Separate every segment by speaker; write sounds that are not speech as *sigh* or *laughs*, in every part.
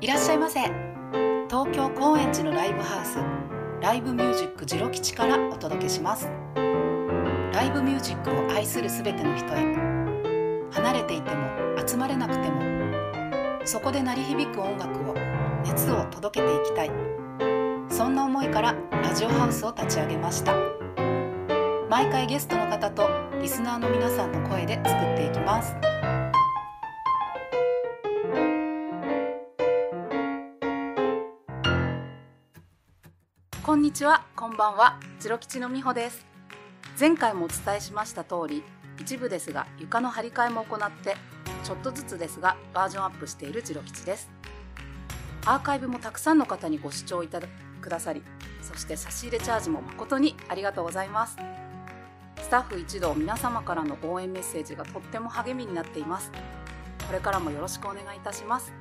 Speaker 1: いらっしゃいませ東京高円寺のライブハウスライブミュージックジロ吉からお届けしますライブミュージックを愛するすべての人へ離れていても集まれなくてもそこで鳴り響く音楽を熱を届けていきたいそんな思いからラジオハウスを立ち上げました毎回ゲストの方とリスナーの皆さんの声で作っていきますこんにちは、こんばんは、ジロ吉のみほです。前回もお伝えしました通り、一部ですが床の張り替えも行って、ちょっとずつですがバージョンアップしているジロ吉です。アーカイブもたくさんの方にご視聴いただくださり、そして差し入れチャージも誠にありがとうございます。スタッフ一同皆様からの応援メッセージがとっても励みになっています。これからもよろしくお願いいたします。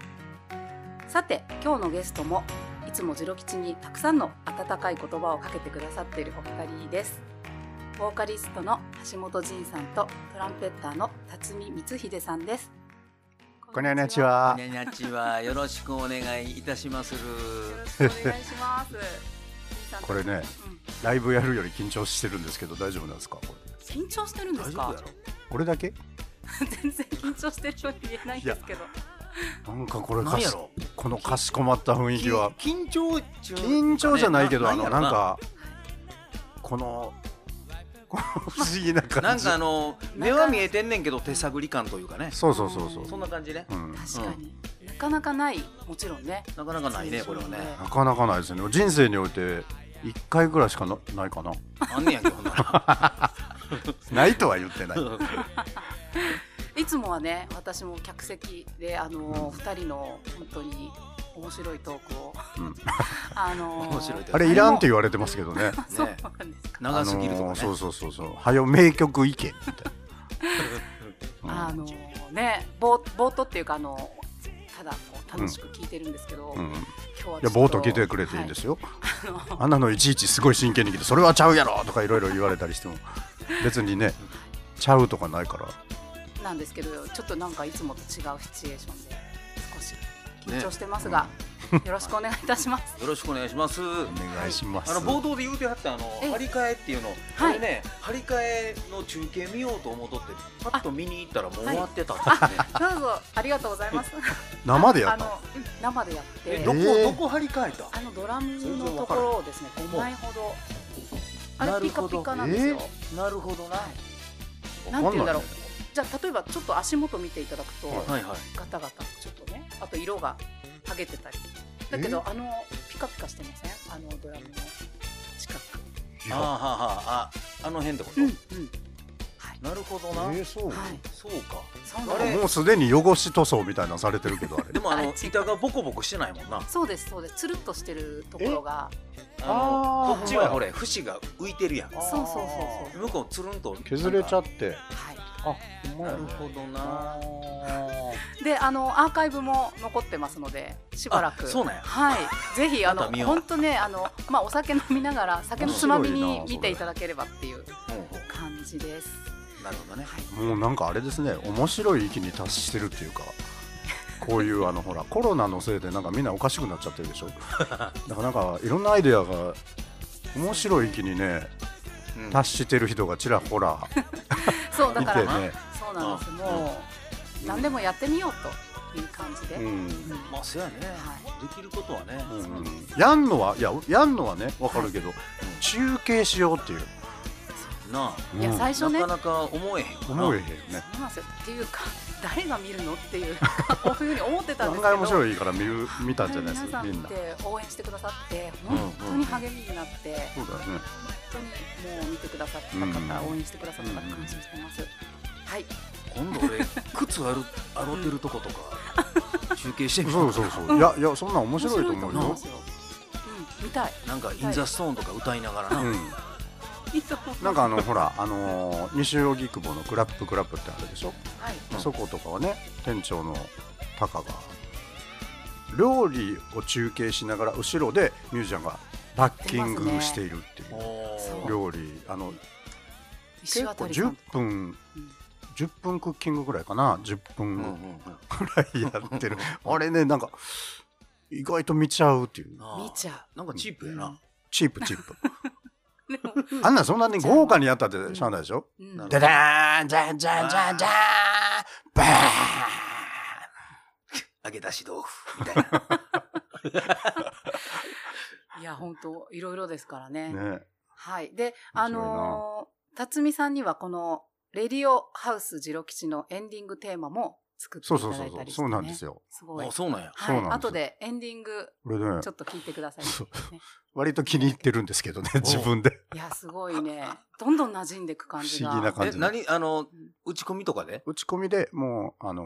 Speaker 1: さて、今日のゲストもいつもジロ吉にたくさんの温かい言葉をかけてくださっているお二人です。ボーカリストの橋本仁さんとトランペッターの辰巳光秀さんです。
Speaker 2: こんにち。は。
Speaker 3: にゃにゃちはよろしくお願いいたしまする。
Speaker 1: よろしくお願いします。仁さん
Speaker 2: これね、
Speaker 1: うん
Speaker 2: ライブやるより緊張してるんですけど大丈夫なんですかこ
Speaker 1: 緊張してるん
Speaker 2: れ。
Speaker 1: ですか。
Speaker 2: 俺だけ？
Speaker 1: 全然緊張してるように見えないんですけど。
Speaker 2: なんかこれ
Speaker 3: な
Speaker 2: か
Speaker 3: ん
Speaker 2: し
Speaker 3: やろ。
Speaker 2: このかしこまった雰囲気は
Speaker 3: 緊張中
Speaker 2: 緊張じゃないけどあの
Speaker 3: や
Speaker 2: な
Speaker 3: ろ
Speaker 2: んかこのこの不思議な
Speaker 3: な
Speaker 2: 感
Speaker 3: ん
Speaker 2: じ
Speaker 3: かあ。の目は見えてんねんけど手探り感というかね。
Speaker 2: そうそうそうそう。
Speaker 3: そんな感じね。
Speaker 2: うん。
Speaker 1: 確かに、なかなかない。もちろんね。
Speaker 3: なかなかないねこれはね。
Speaker 2: なかなかないですね。人生において一回ぐらいしかなないかな。
Speaker 3: あんねやけど
Speaker 2: *laughs*
Speaker 3: な。
Speaker 2: ないとは言ってない。
Speaker 3: *laughs*
Speaker 1: いつもはね、私も客席であの二、人の本当に面白いトークを、
Speaker 2: うん
Speaker 1: *laughs* あの
Speaker 3: 面白いと
Speaker 2: あれいらんって言われてますけどね。
Speaker 1: そうなんですか。
Speaker 3: *laughs* 長すぎると
Speaker 2: あのー
Speaker 3: か
Speaker 2: そう
Speaker 3: ね。
Speaker 2: そうそうそう。はよ名曲いけみたいな。
Speaker 1: あのね、ぼーぼーっとっていうかあのただこう楽しく聞いてるんですけど、
Speaker 2: うん。うん
Speaker 1: 今日はい。
Speaker 2: や、ボート聞いてくれていいんですすよ。
Speaker 1: はいあの
Speaker 2: あんなのいちいちすごい真剣に来て、それはちゃうやろとかいろいろ言われたりしても、別にね、ちゃうとかないから、
Speaker 1: なんですけどちょっとなんかいつもと違うシチュエーションで少し緊張してますが、よろしくお願いいたします。
Speaker 3: よろしくお願いします。
Speaker 2: お願いします。
Speaker 3: あの冒頭で言うてはったあの
Speaker 1: え
Speaker 3: 張り替えっていうの、こ
Speaker 1: はい
Speaker 3: れね張り替えの中継見ようと思うとってパッと見に行ったらもう終わってたっていうね。
Speaker 1: *laughs* どうぞありがとうございます。
Speaker 2: 生でや
Speaker 1: あ
Speaker 2: ったの
Speaker 1: のうん生でやっ
Speaker 3: え
Speaker 1: て
Speaker 3: どこ
Speaker 2: えー
Speaker 3: どこ張り替えた？
Speaker 1: あのドラムのところをですね5枚ほどあれピカピカなんですよ。
Speaker 3: なるほどな。
Speaker 1: なんて言うんだろう
Speaker 2: わか。
Speaker 1: じゃあ例えばちょっと足元見ていただくと、
Speaker 2: はい
Speaker 3: はいはい。
Speaker 1: ガタガタちょっとねあと色が剥げてたりだけどあのピカピカしてませんあのドラムの近く
Speaker 2: いや
Speaker 3: あーはあはあああの辺ってこと、
Speaker 1: うんうん
Speaker 3: なるほどな、
Speaker 2: えーそう
Speaker 1: はい
Speaker 3: そうか
Speaker 1: そうなん
Speaker 3: あれ
Speaker 1: です
Speaker 2: もうすでに汚し塗装みたいなのされてるけど、あ
Speaker 3: で
Speaker 2: れ。
Speaker 3: もあ
Speaker 1: あ違
Speaker 3: の
Speaker 1: う
Speaker 3: 板がボコボコしてないもんな
Speaker 1: そうですそうですつるっとしてるところが
Speaker 3: あ
Speaker 2: あ
Speaker 3: の
Speaker 2: ー
Speaker 3: こっちはほれ節が浮いてるやん
Speaker 1: そうそうそうそ
Speaker 3: 向こうつるんと
Speaker 2: *laughs* 削れちゃ
Speaker 3: っ
Speaker 2: って、
Speaker 1: はい
Speaker 2: あ、ほんま
Speaker 3: な
Speaker 2: や
Speaker 3: る
Speaker 2: ね
Speaker 3: ほどな
Speaker 1: であのアーカイブも残ってますのでしばらく
Speaker 3: あそうなんや
Speaker 1: はいぜひあ
Speaker 3: ま
Speaker 1: の
Speaker 3: た見よう
Speaker 1: 本当ねあのまあお酒飲みながら酒のつまみに見ていただければっていう
Speaker 3: うんう
Speaker 1: 感じです
Speaker 3: んなるほどね
Speaker 2: もうなんかあれですね、面白い域に達してるっていうか。こういうあのほらコロナのせいでなんかみんなおかしくなっちゃってるでしょだからなんかいろんなアイデアが面白い域にね
Speaker 3: うん
Speaker 2: 達してる人がちらほら
Speaker 1: そうだ
Speaker 2: い
Speaker 1: か
Speaker 2: て
Speaker 1: ら
Speaker 2: ね、
Speaker 1: そうなんです
Speaker 3: うん
Speaker 1: もう何でもやってみようという感じで、
Speaker 2: う
Speaker 1: うん
Speaker 2: ん
Speaker 3: まあそやね
Speaker 1: は
Speaker 3: できることはね、
Speaker 2: うんうん、やんのはいややんのはねわかるけど、中継しようっていう、
Speaker 3: なあ
Speaker 1: いや
Speaker 2: うん
Speaker 1: 最初ね
Speaker 3: なかなか思えへんよな
Speaker 2: 思えへんよね
Speaker 1: そうなんですよっていうか誰が見るのって
Speaker 2: *laughs*
Speaker 1: いうこういうふうに思ってたんです
Speaker 2: 案
Speaker 1: けど
Speaker 2: 外面白いから見る見たんじゃないです
Speaker 1: 皆
Speaker 2: か
Speaker 1: さん
Speaker 2: み
Speaker 1: っ
Speaker 2: んなそう
Speaker 1: て応援してくださって本当に励みになって、
Speaker 2: だよね
Speaker 1: 本当にもう見てくださった方、
Speaker 2: うん
Speaker 1: 応援してくださった方感心してます、はい
Speaker 3: 今度俺靴ある洗ってるとこと
Speaker 1: *laughs*
Speaker 3: か中継してみ
Speaker 2: そ
Speaker 3: よ
Speaker 2: う
Speaker 3: う
Speaker 2: そうそう、いやいやそんなん面白いと思う
Speaker 1: 面白いと
Speaker 2: よ
Speaker 1: 思いますようん見たい
Speaker 3: なんか「イン・ザ・ストーン」とか歌いながらな、
Speaker 2: うん、
Speaker 1: いいと思います
Speaker 2: なんかあのほらあのー西荻窪のクラップクラップってあるでしょ、
Speaker 1: *laughs* はい
Speaker 3: うん
Speaker 2: そことかはね店長のタカが料理を中継しながら後ろでミュージシャンがバッキングしているっていう、
Speaker 3: おー
Speaker 1: そう
Speaker 2: 料理あの
Speaker 1: 石
Speaker 2: 結構
Speaker 1: 渡さ
Speaker 2: 10
Speaker 1: んとか
Speaker 2: 分
Speaker 1: うん
Speaker 2: 10分クッキングぐらいかな10
Speaker 3: うんうん
Speaker 2: 分
Speaker 3: うん
Speaker 2: ぐらいやってる、あれねなんか意外と見ちゃうっていう
Speaker 3: ああ
Speaker 1: 見ちゃ
Speaker 3: なんかチープやな、
Speaker 2: チープチープ
Speaker 1: う。 *laughs* でも
Speaker 2: あんなんそんなに豪華にやったってしゃあないでしょ
Speaker 1: う
Speaker 3: なるほ
Speaker 1: ん
Speaker 2: ダ
Speaker 3: ど
Speaker 2: ダーンジャンジャンジャンジャンバー
Speaker 3: 揚げ出し豆腐みたいな
Speaker 1: いや、本当いろいろですからね。
Speaker 2: ンね
Speaker 1: はい。で、あのー辰巳さんにはこの、レディオハウスジロ吉のエンディングテーマも作って
Speaker 2: そ
Speaker 1: いう
Speaker 2: そ
Speaker 1: た
Speaker 2: うそ
Speaker 1: だ
Speaker 2: う
Speaker 1: い
Speaker 2: そ
Speaker 1: た
Speaker 2: う
Speaker 1: りして、ね。
Speaker 2: そうなんですよ
Speaker 1: すごい。
Speaker 3: あそうなんや
Speaker 2: そう
Speaker 1: は
Speaker 2: な
Speaker 1: い。
Speaker 2: んですよ
Speaker 1: 後でエンディング、
Speaker 2: これね
Speaker 1: ちょっと聞いてください、
Speaker 2: そう
Speaker 1: ね
Speaker 2: 割と気に入ってるんですけどね
Speaker 3: お
Speaker 2: 自分で
Speaker 1: いや、すごいね。どんどん馴染んでいく感じが。
Speaker 2: 不思議な感
Speaker 3: え
Speaker 2: じの
Speaker 3: 何あの
Speaker 1: うん
Speaker 3: 打ち込みとかで
Speaker 2: 打ち込みでもうあのー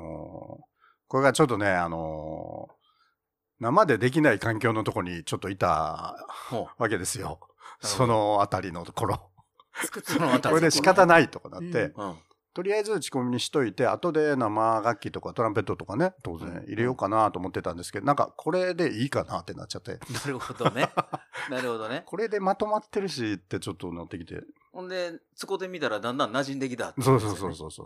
Speaker 2: これがちょっとねあのー生でできない環境のとこにちょっといた
Speaker 3: ほう
Speaker 2: わけですよ
Speaker 3: なるほど
Speaker 2: そのあたりのところ
Speaker 1: 作っていただいた
Speaker 2: これで仕方ないとかなって、
Speaker 1: うん
Speaker 3: うん
Speaker 2: とりあえず打ち込みにしといて後で生楽器とかトランペットとかね当然入れようかなと思ってたんですけどなんかこれでいいかなってなっちゃって
Speaker 3: なるほ
Speaker 2: *laughs*
Speaker 3: どねなるほどね
Speaker 2: これでまとまってるしってちょっとなってきて
Speaker 3: ほんでつこてみたらだんだん馴染んできたって
Speaker 2: そうそうそうそうそう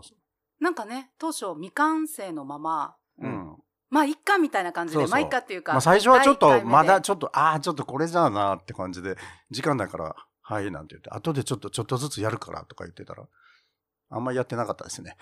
Speaker 1: なんかね、当初未完成のまま、
Speaker 2: う
Speaker 3: うん
Speaker 2: ん、
Speaker 1: まあ、いっかみたいな感じで、
Speaker 2: そうそう
Speaker 1: まあ、いっかっていうか。
Speaker 2: まあ、最初はちょ
Speaker 1: 第
Speaker 2: っ
Speaker 1: 一
Speaker 2: と
Speaker 1: 回目で
Speaker 2: まだちょっとああちょっとこれじゃあなって感じで時間だからはいなんて言って後でちょっとちょっとずつやるからとか言ってたらあんまりやってなかったで
Speaker 1: *laughs*
Speaker 2: すね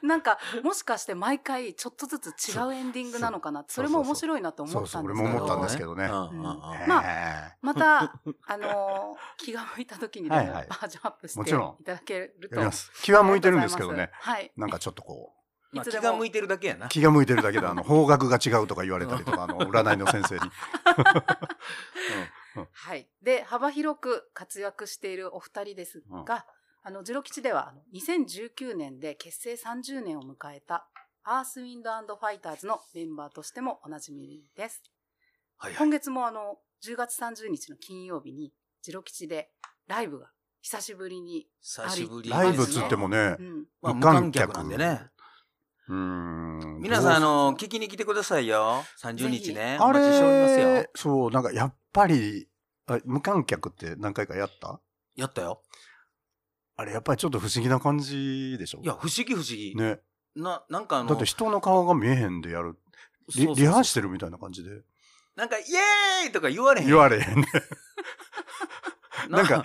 Speaker 1: なんか、もしかして毎回ちょっとずつ違うエンディングなのかな。そ
Speaker 2: そう
Speaker 1: れも面白いなと思ったんですけど。
Speaker 2: そうそう俺も思ったんですけどね
Speaker 3: なるほど
Speaker 1: うん
Speaker 3: うんうんうん
Speaker 1: ま
Speaker 2: あ
Speaker 1: ま
Speaker 2: *laughs*
Speaker 1: た、あのー気が向いた時にでも
Speaker 2: はいはい
Speaker 1: バージョンアップして
Speaker 2: もちろん
Speaker 1: いただけると。
Speaker 2: やります気は向いてるんですけど
Speaker 1: あり
Speaker 2: ね
Speaker 1: がとうござい
Speaker 2: なんかちょっとこう
Speaker 3: ま
Speaker 1: い
Speaker 3: あ
Speaker 1: つ
Speaker 3: 気
Speaker 1: でも
Speaker 3: が向いてるだけやな
Speaker 2: 気が向いてるだ
Speaker 1: *laughs*
Speaker 2: けであの方角が違うとか言われたりとかあの占いの先生に
Speaker 1: ます。はい。で、幅広く活躍しているお二人ですが、
Speaker 2: うん
Speaker 1: あの、ジロ吉では、あの2019年で結成30年を迎えた、アースウィンドファイターズのメンバーとしてもおなじみです。
Speaker 3: はいはい
Speaker 1: 今月もあの、10月30日の金曜日に、ジロ吉でライブが久しぶりに、
Speaker 3: 久しぶり
Speaker 2: ライブ
Speaker 1: っ
Speaker 2: つってもね
Speaker 1: うん、
Speaker 3: ま
Speaker 2: 無
Speaker 3: あ無
Speaker 2: 観
Speaker 3: 観
Speaker 2: 客
Speaker 3: 客なんでね
Speaker 2: うーん
Speaker 3: 皆さんあ
Speaker 2: どう
Speaker 3: の聞きに来てくださいよ30日ねお
Speaker 2: あ
Speaker 3: 待ちしておりますよ
Speaker 2: れそうなんかやっぱりあ無観客って何回かやった
Speaker 3: やったよ
Speaker 2: あれやっぱりちょっと不思議な感じでしょ
Speaker 3: いや不思議不思議
Speaker 2: ね
Speaker 3: ななんかあの
Speaker 2: だって人の顔が見えへんでやる
Speaker 3: そう
Speaker 2: リ
Speaker 3: そうそう
Speaker 2: リハしてるみたいな感じで
Speaker 3: なんかイエーイとか言われへん
Speaker 2: 言われへ
Speaker 3: *laughs*
Speaker 2: んねなんか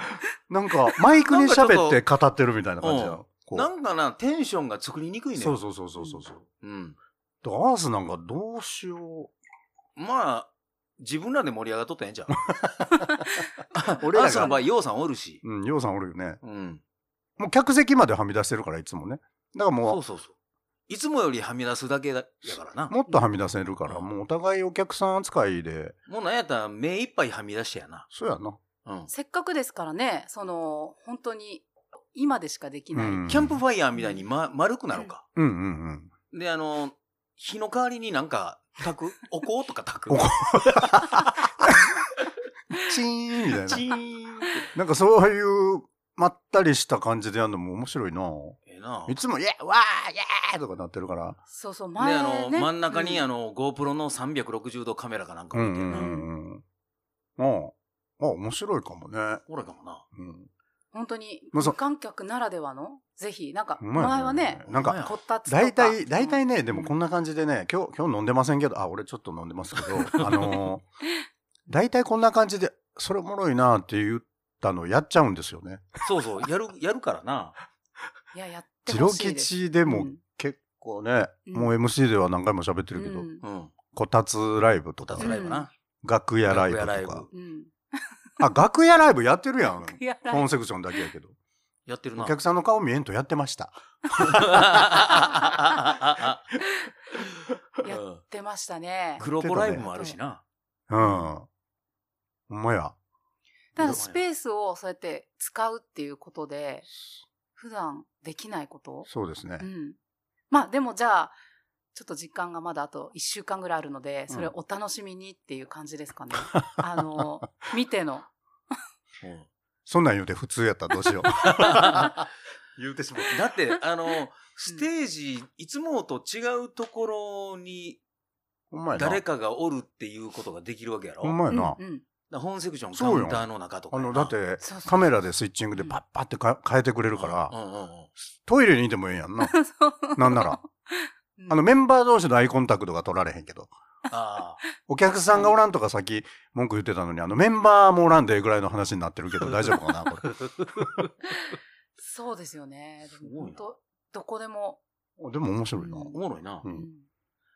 Speaker 2: なんかマイクに喋って語ってるみたいな感じ
Speaker 3: うん
Speaker 2: だこう
Speaker 3: なんかな、テンションが作りにくいねん
Speaker 2: そうそうそうそうそうそう
Speaker 3: うん。
Speaker 2: だからアースなんかどうしよ
Speaker 3: まあ、自分らで盛り上がっとったんやんじゃん。
Speaker 2: *laughs* 俺らが
Speaker 3: アンさんの場合、ヨウさんおるし。
Speaker 2: ううんようさんおるよね
Speaker 3: うん。
Speaker 2: もう客席まではみ出してるからいつもねだからも
Speaker 3: そううそうそう。いつもよりはみ出すだけだやからな。
Speaker 2: もっとはみ出せるから、
Speaker 3: うん
Speaker 2: もうお互いお客さん扱いで、
Speaker 3: もうなんやったら目いっぱいはみ出してやな。
Speaker 2: そうやな。
Speaker 3: うん。
Speaker 1: せっかくですからね、その、本当に、今でしかできない。
Speaker 2: うん
Speaker 3: キャンプファイヤーみたいに、ま、丸くなるか。
Speaker 2: うんうんうん。
Speaker 3: で、あの、火の代わりになんか、炊
Speaker 2: *laughs*
Speaker 3: くお香とか炊く。
Speaker 2: お香チーンみたい
Speaker 3: チ
Speaker 2: な。
Speaker 3: ーンって。
Speaker 2: なんかそういう、まったりした感じでやるのも面白いな
Speaker 3: ええな。
Speaker 2: いつも、イェーわーイェーとかなってるから。
Speaker 1: そうそう、
Speaker 3: で、
Speaker 1: 前、
Speaker 3: あ
Speaker 1: ね
Speaker 3: の、真ん中に、
Speaker 1: うん
Speaker 3: あの、GoPro の360度カメラかなんか
Speaker 2: う
Speaker 3: 置
Speaker 2: ん
Speaker 3: いて
Speaker 2: う
Speaker 3: る
Speaker 2: ん
Speaker 3: な。
Speaker 2: うんうん。ああ、あ面白いかもね。
Speaker 3: ほらかもな。
Speaker 2: うん。
Speaker 1: 本当に、
Speaker 2: まあそう
Speaker 1: 無観客ならではの、ぜひ、なんか、
Speaker 2: うまいね
Speaker 1: 前はね、
Speaker 2: なん
Speaker 3: うま
Speaker 2: か、
Speaker 3: いね
Speaker 1: こったつとか。
Speaker 2: 大体、大体
Speaker 1: ね、
Speaker 2: ね、でもこんな感じでね、今日、今日飲んでませんけど、あ、俺ちょっと飲んでますけ
Speaker 1: *laughs*
Speaker 2: ど、あのー、大体こんな感じで、それおもろいなって言ったのやっちゃうんですよね。
Speaker 3: そうそう、やる、やるからな。
Speaker 1: いや、やって
Speaker 2: ジ
Speaker 1: ほ
Speaker 2: ロ
Speaker 1: しいです。
Speaker 2: 吉で
Speaker 1: う
Speaker 2: も
Speaker 1: ん
Speaker 2: 結構ね、
Speaker 1: うん
Speaker 2: もう MC では何回も喋ってるけど、
Speaker 1: うん
Speaker 3: うん。
Speaker 2: こたつライブと
Speaker 3: こ
Speaker 2: か
Speaker 3: た、つライブな。
Speaker 2: 楽屋ライブと
Speaker 3: 楽屋ラ
Speaker 2: か
Speaker 3: イ。
Speaker 1: うん。
Speaker 2: あ、楽屋ライブや *laughs* ってるやん。
Speaker 1: いや、
Speaker 2: 本セクションだけやけど。
Speaker 3: やってるな。
Speaker 2: お客さんの顔見えんとやってました。
Speaker 3: う
Speaker 1: や
Speaker 3: ん
Speaker 1: 出ましたね。
Speaker 3: 黒子ライブもあるしな。
Speaker 2: うん。ほんまや。
Speaker 1: ただ、スペースをそうやって使うっていうことで、普段できないこと
Speaker 2: そうですね
Speaker 1: う。ん。まあ、でもじゃあ、ちょっと実感がまだあと1週間ぐらいあるので、それお楽しみにっていう感じですか
Speaker 2: *laughs*
Speaker 1: ね。あの、見ての。
Speaker 3: うん
Speaker 2: そんなん言うて普通やったらどう
Speaker 1: *laughs*
Speaker 2: しよう。言うてしまっ
Speaker 3: *laughs* だって、あの、ステージ、いつもと違うところに
Speaker 2: た。ほんまやな。
Speaker 3: 誰かがおるっていうことができるわけやろ。
Speaker 2: ほんまやな
Speaker 1: う。んうん
Speaker 3: だから本セクションカ
Speaker 2: そうよ
Speaker 3: ウンターの中とか
Speaker 2: あ
Speaker 3: や
Speaker 2: の、
Speaker 3: な。
Speaker 2: だって
Speaker 1: そうそう
Speaker 2: カメラでスイッチングでパッパってか変えてくれ
Speaker 3: う
Speaker 2: る
Speaker 3: ん、
Speaker 2: から、
Speaker 3: うんうんうん
Speaker 2: トイレにい *laughs* てもええやんな。
Speaker 1: そう
Speaker 2: なんなら。
Speaker 1: *laughs* うん
Speaker 2: あの、メンバー同士のアイコンタクトが取られへんけど。 *laughs*
Speaker 3: あ
Speaker 2: お客さんがおらんとかさっき文句言ってたのに、あのメンバーもおらんでぐらいの話になってるけど大丈夫かなこ *laughs* れ。
Speaker 1: そうですよね。
Speaker 3: す
Speaker 1: で
Speaker 3: ご
Speaker 1: も本
Speaker 3: いな
Speaker 1: 当どこでも。
Speaker 2: でも面白いな。
Speaker 3: おもろいな
Speaker 2: う。ん
Speaker 1: うん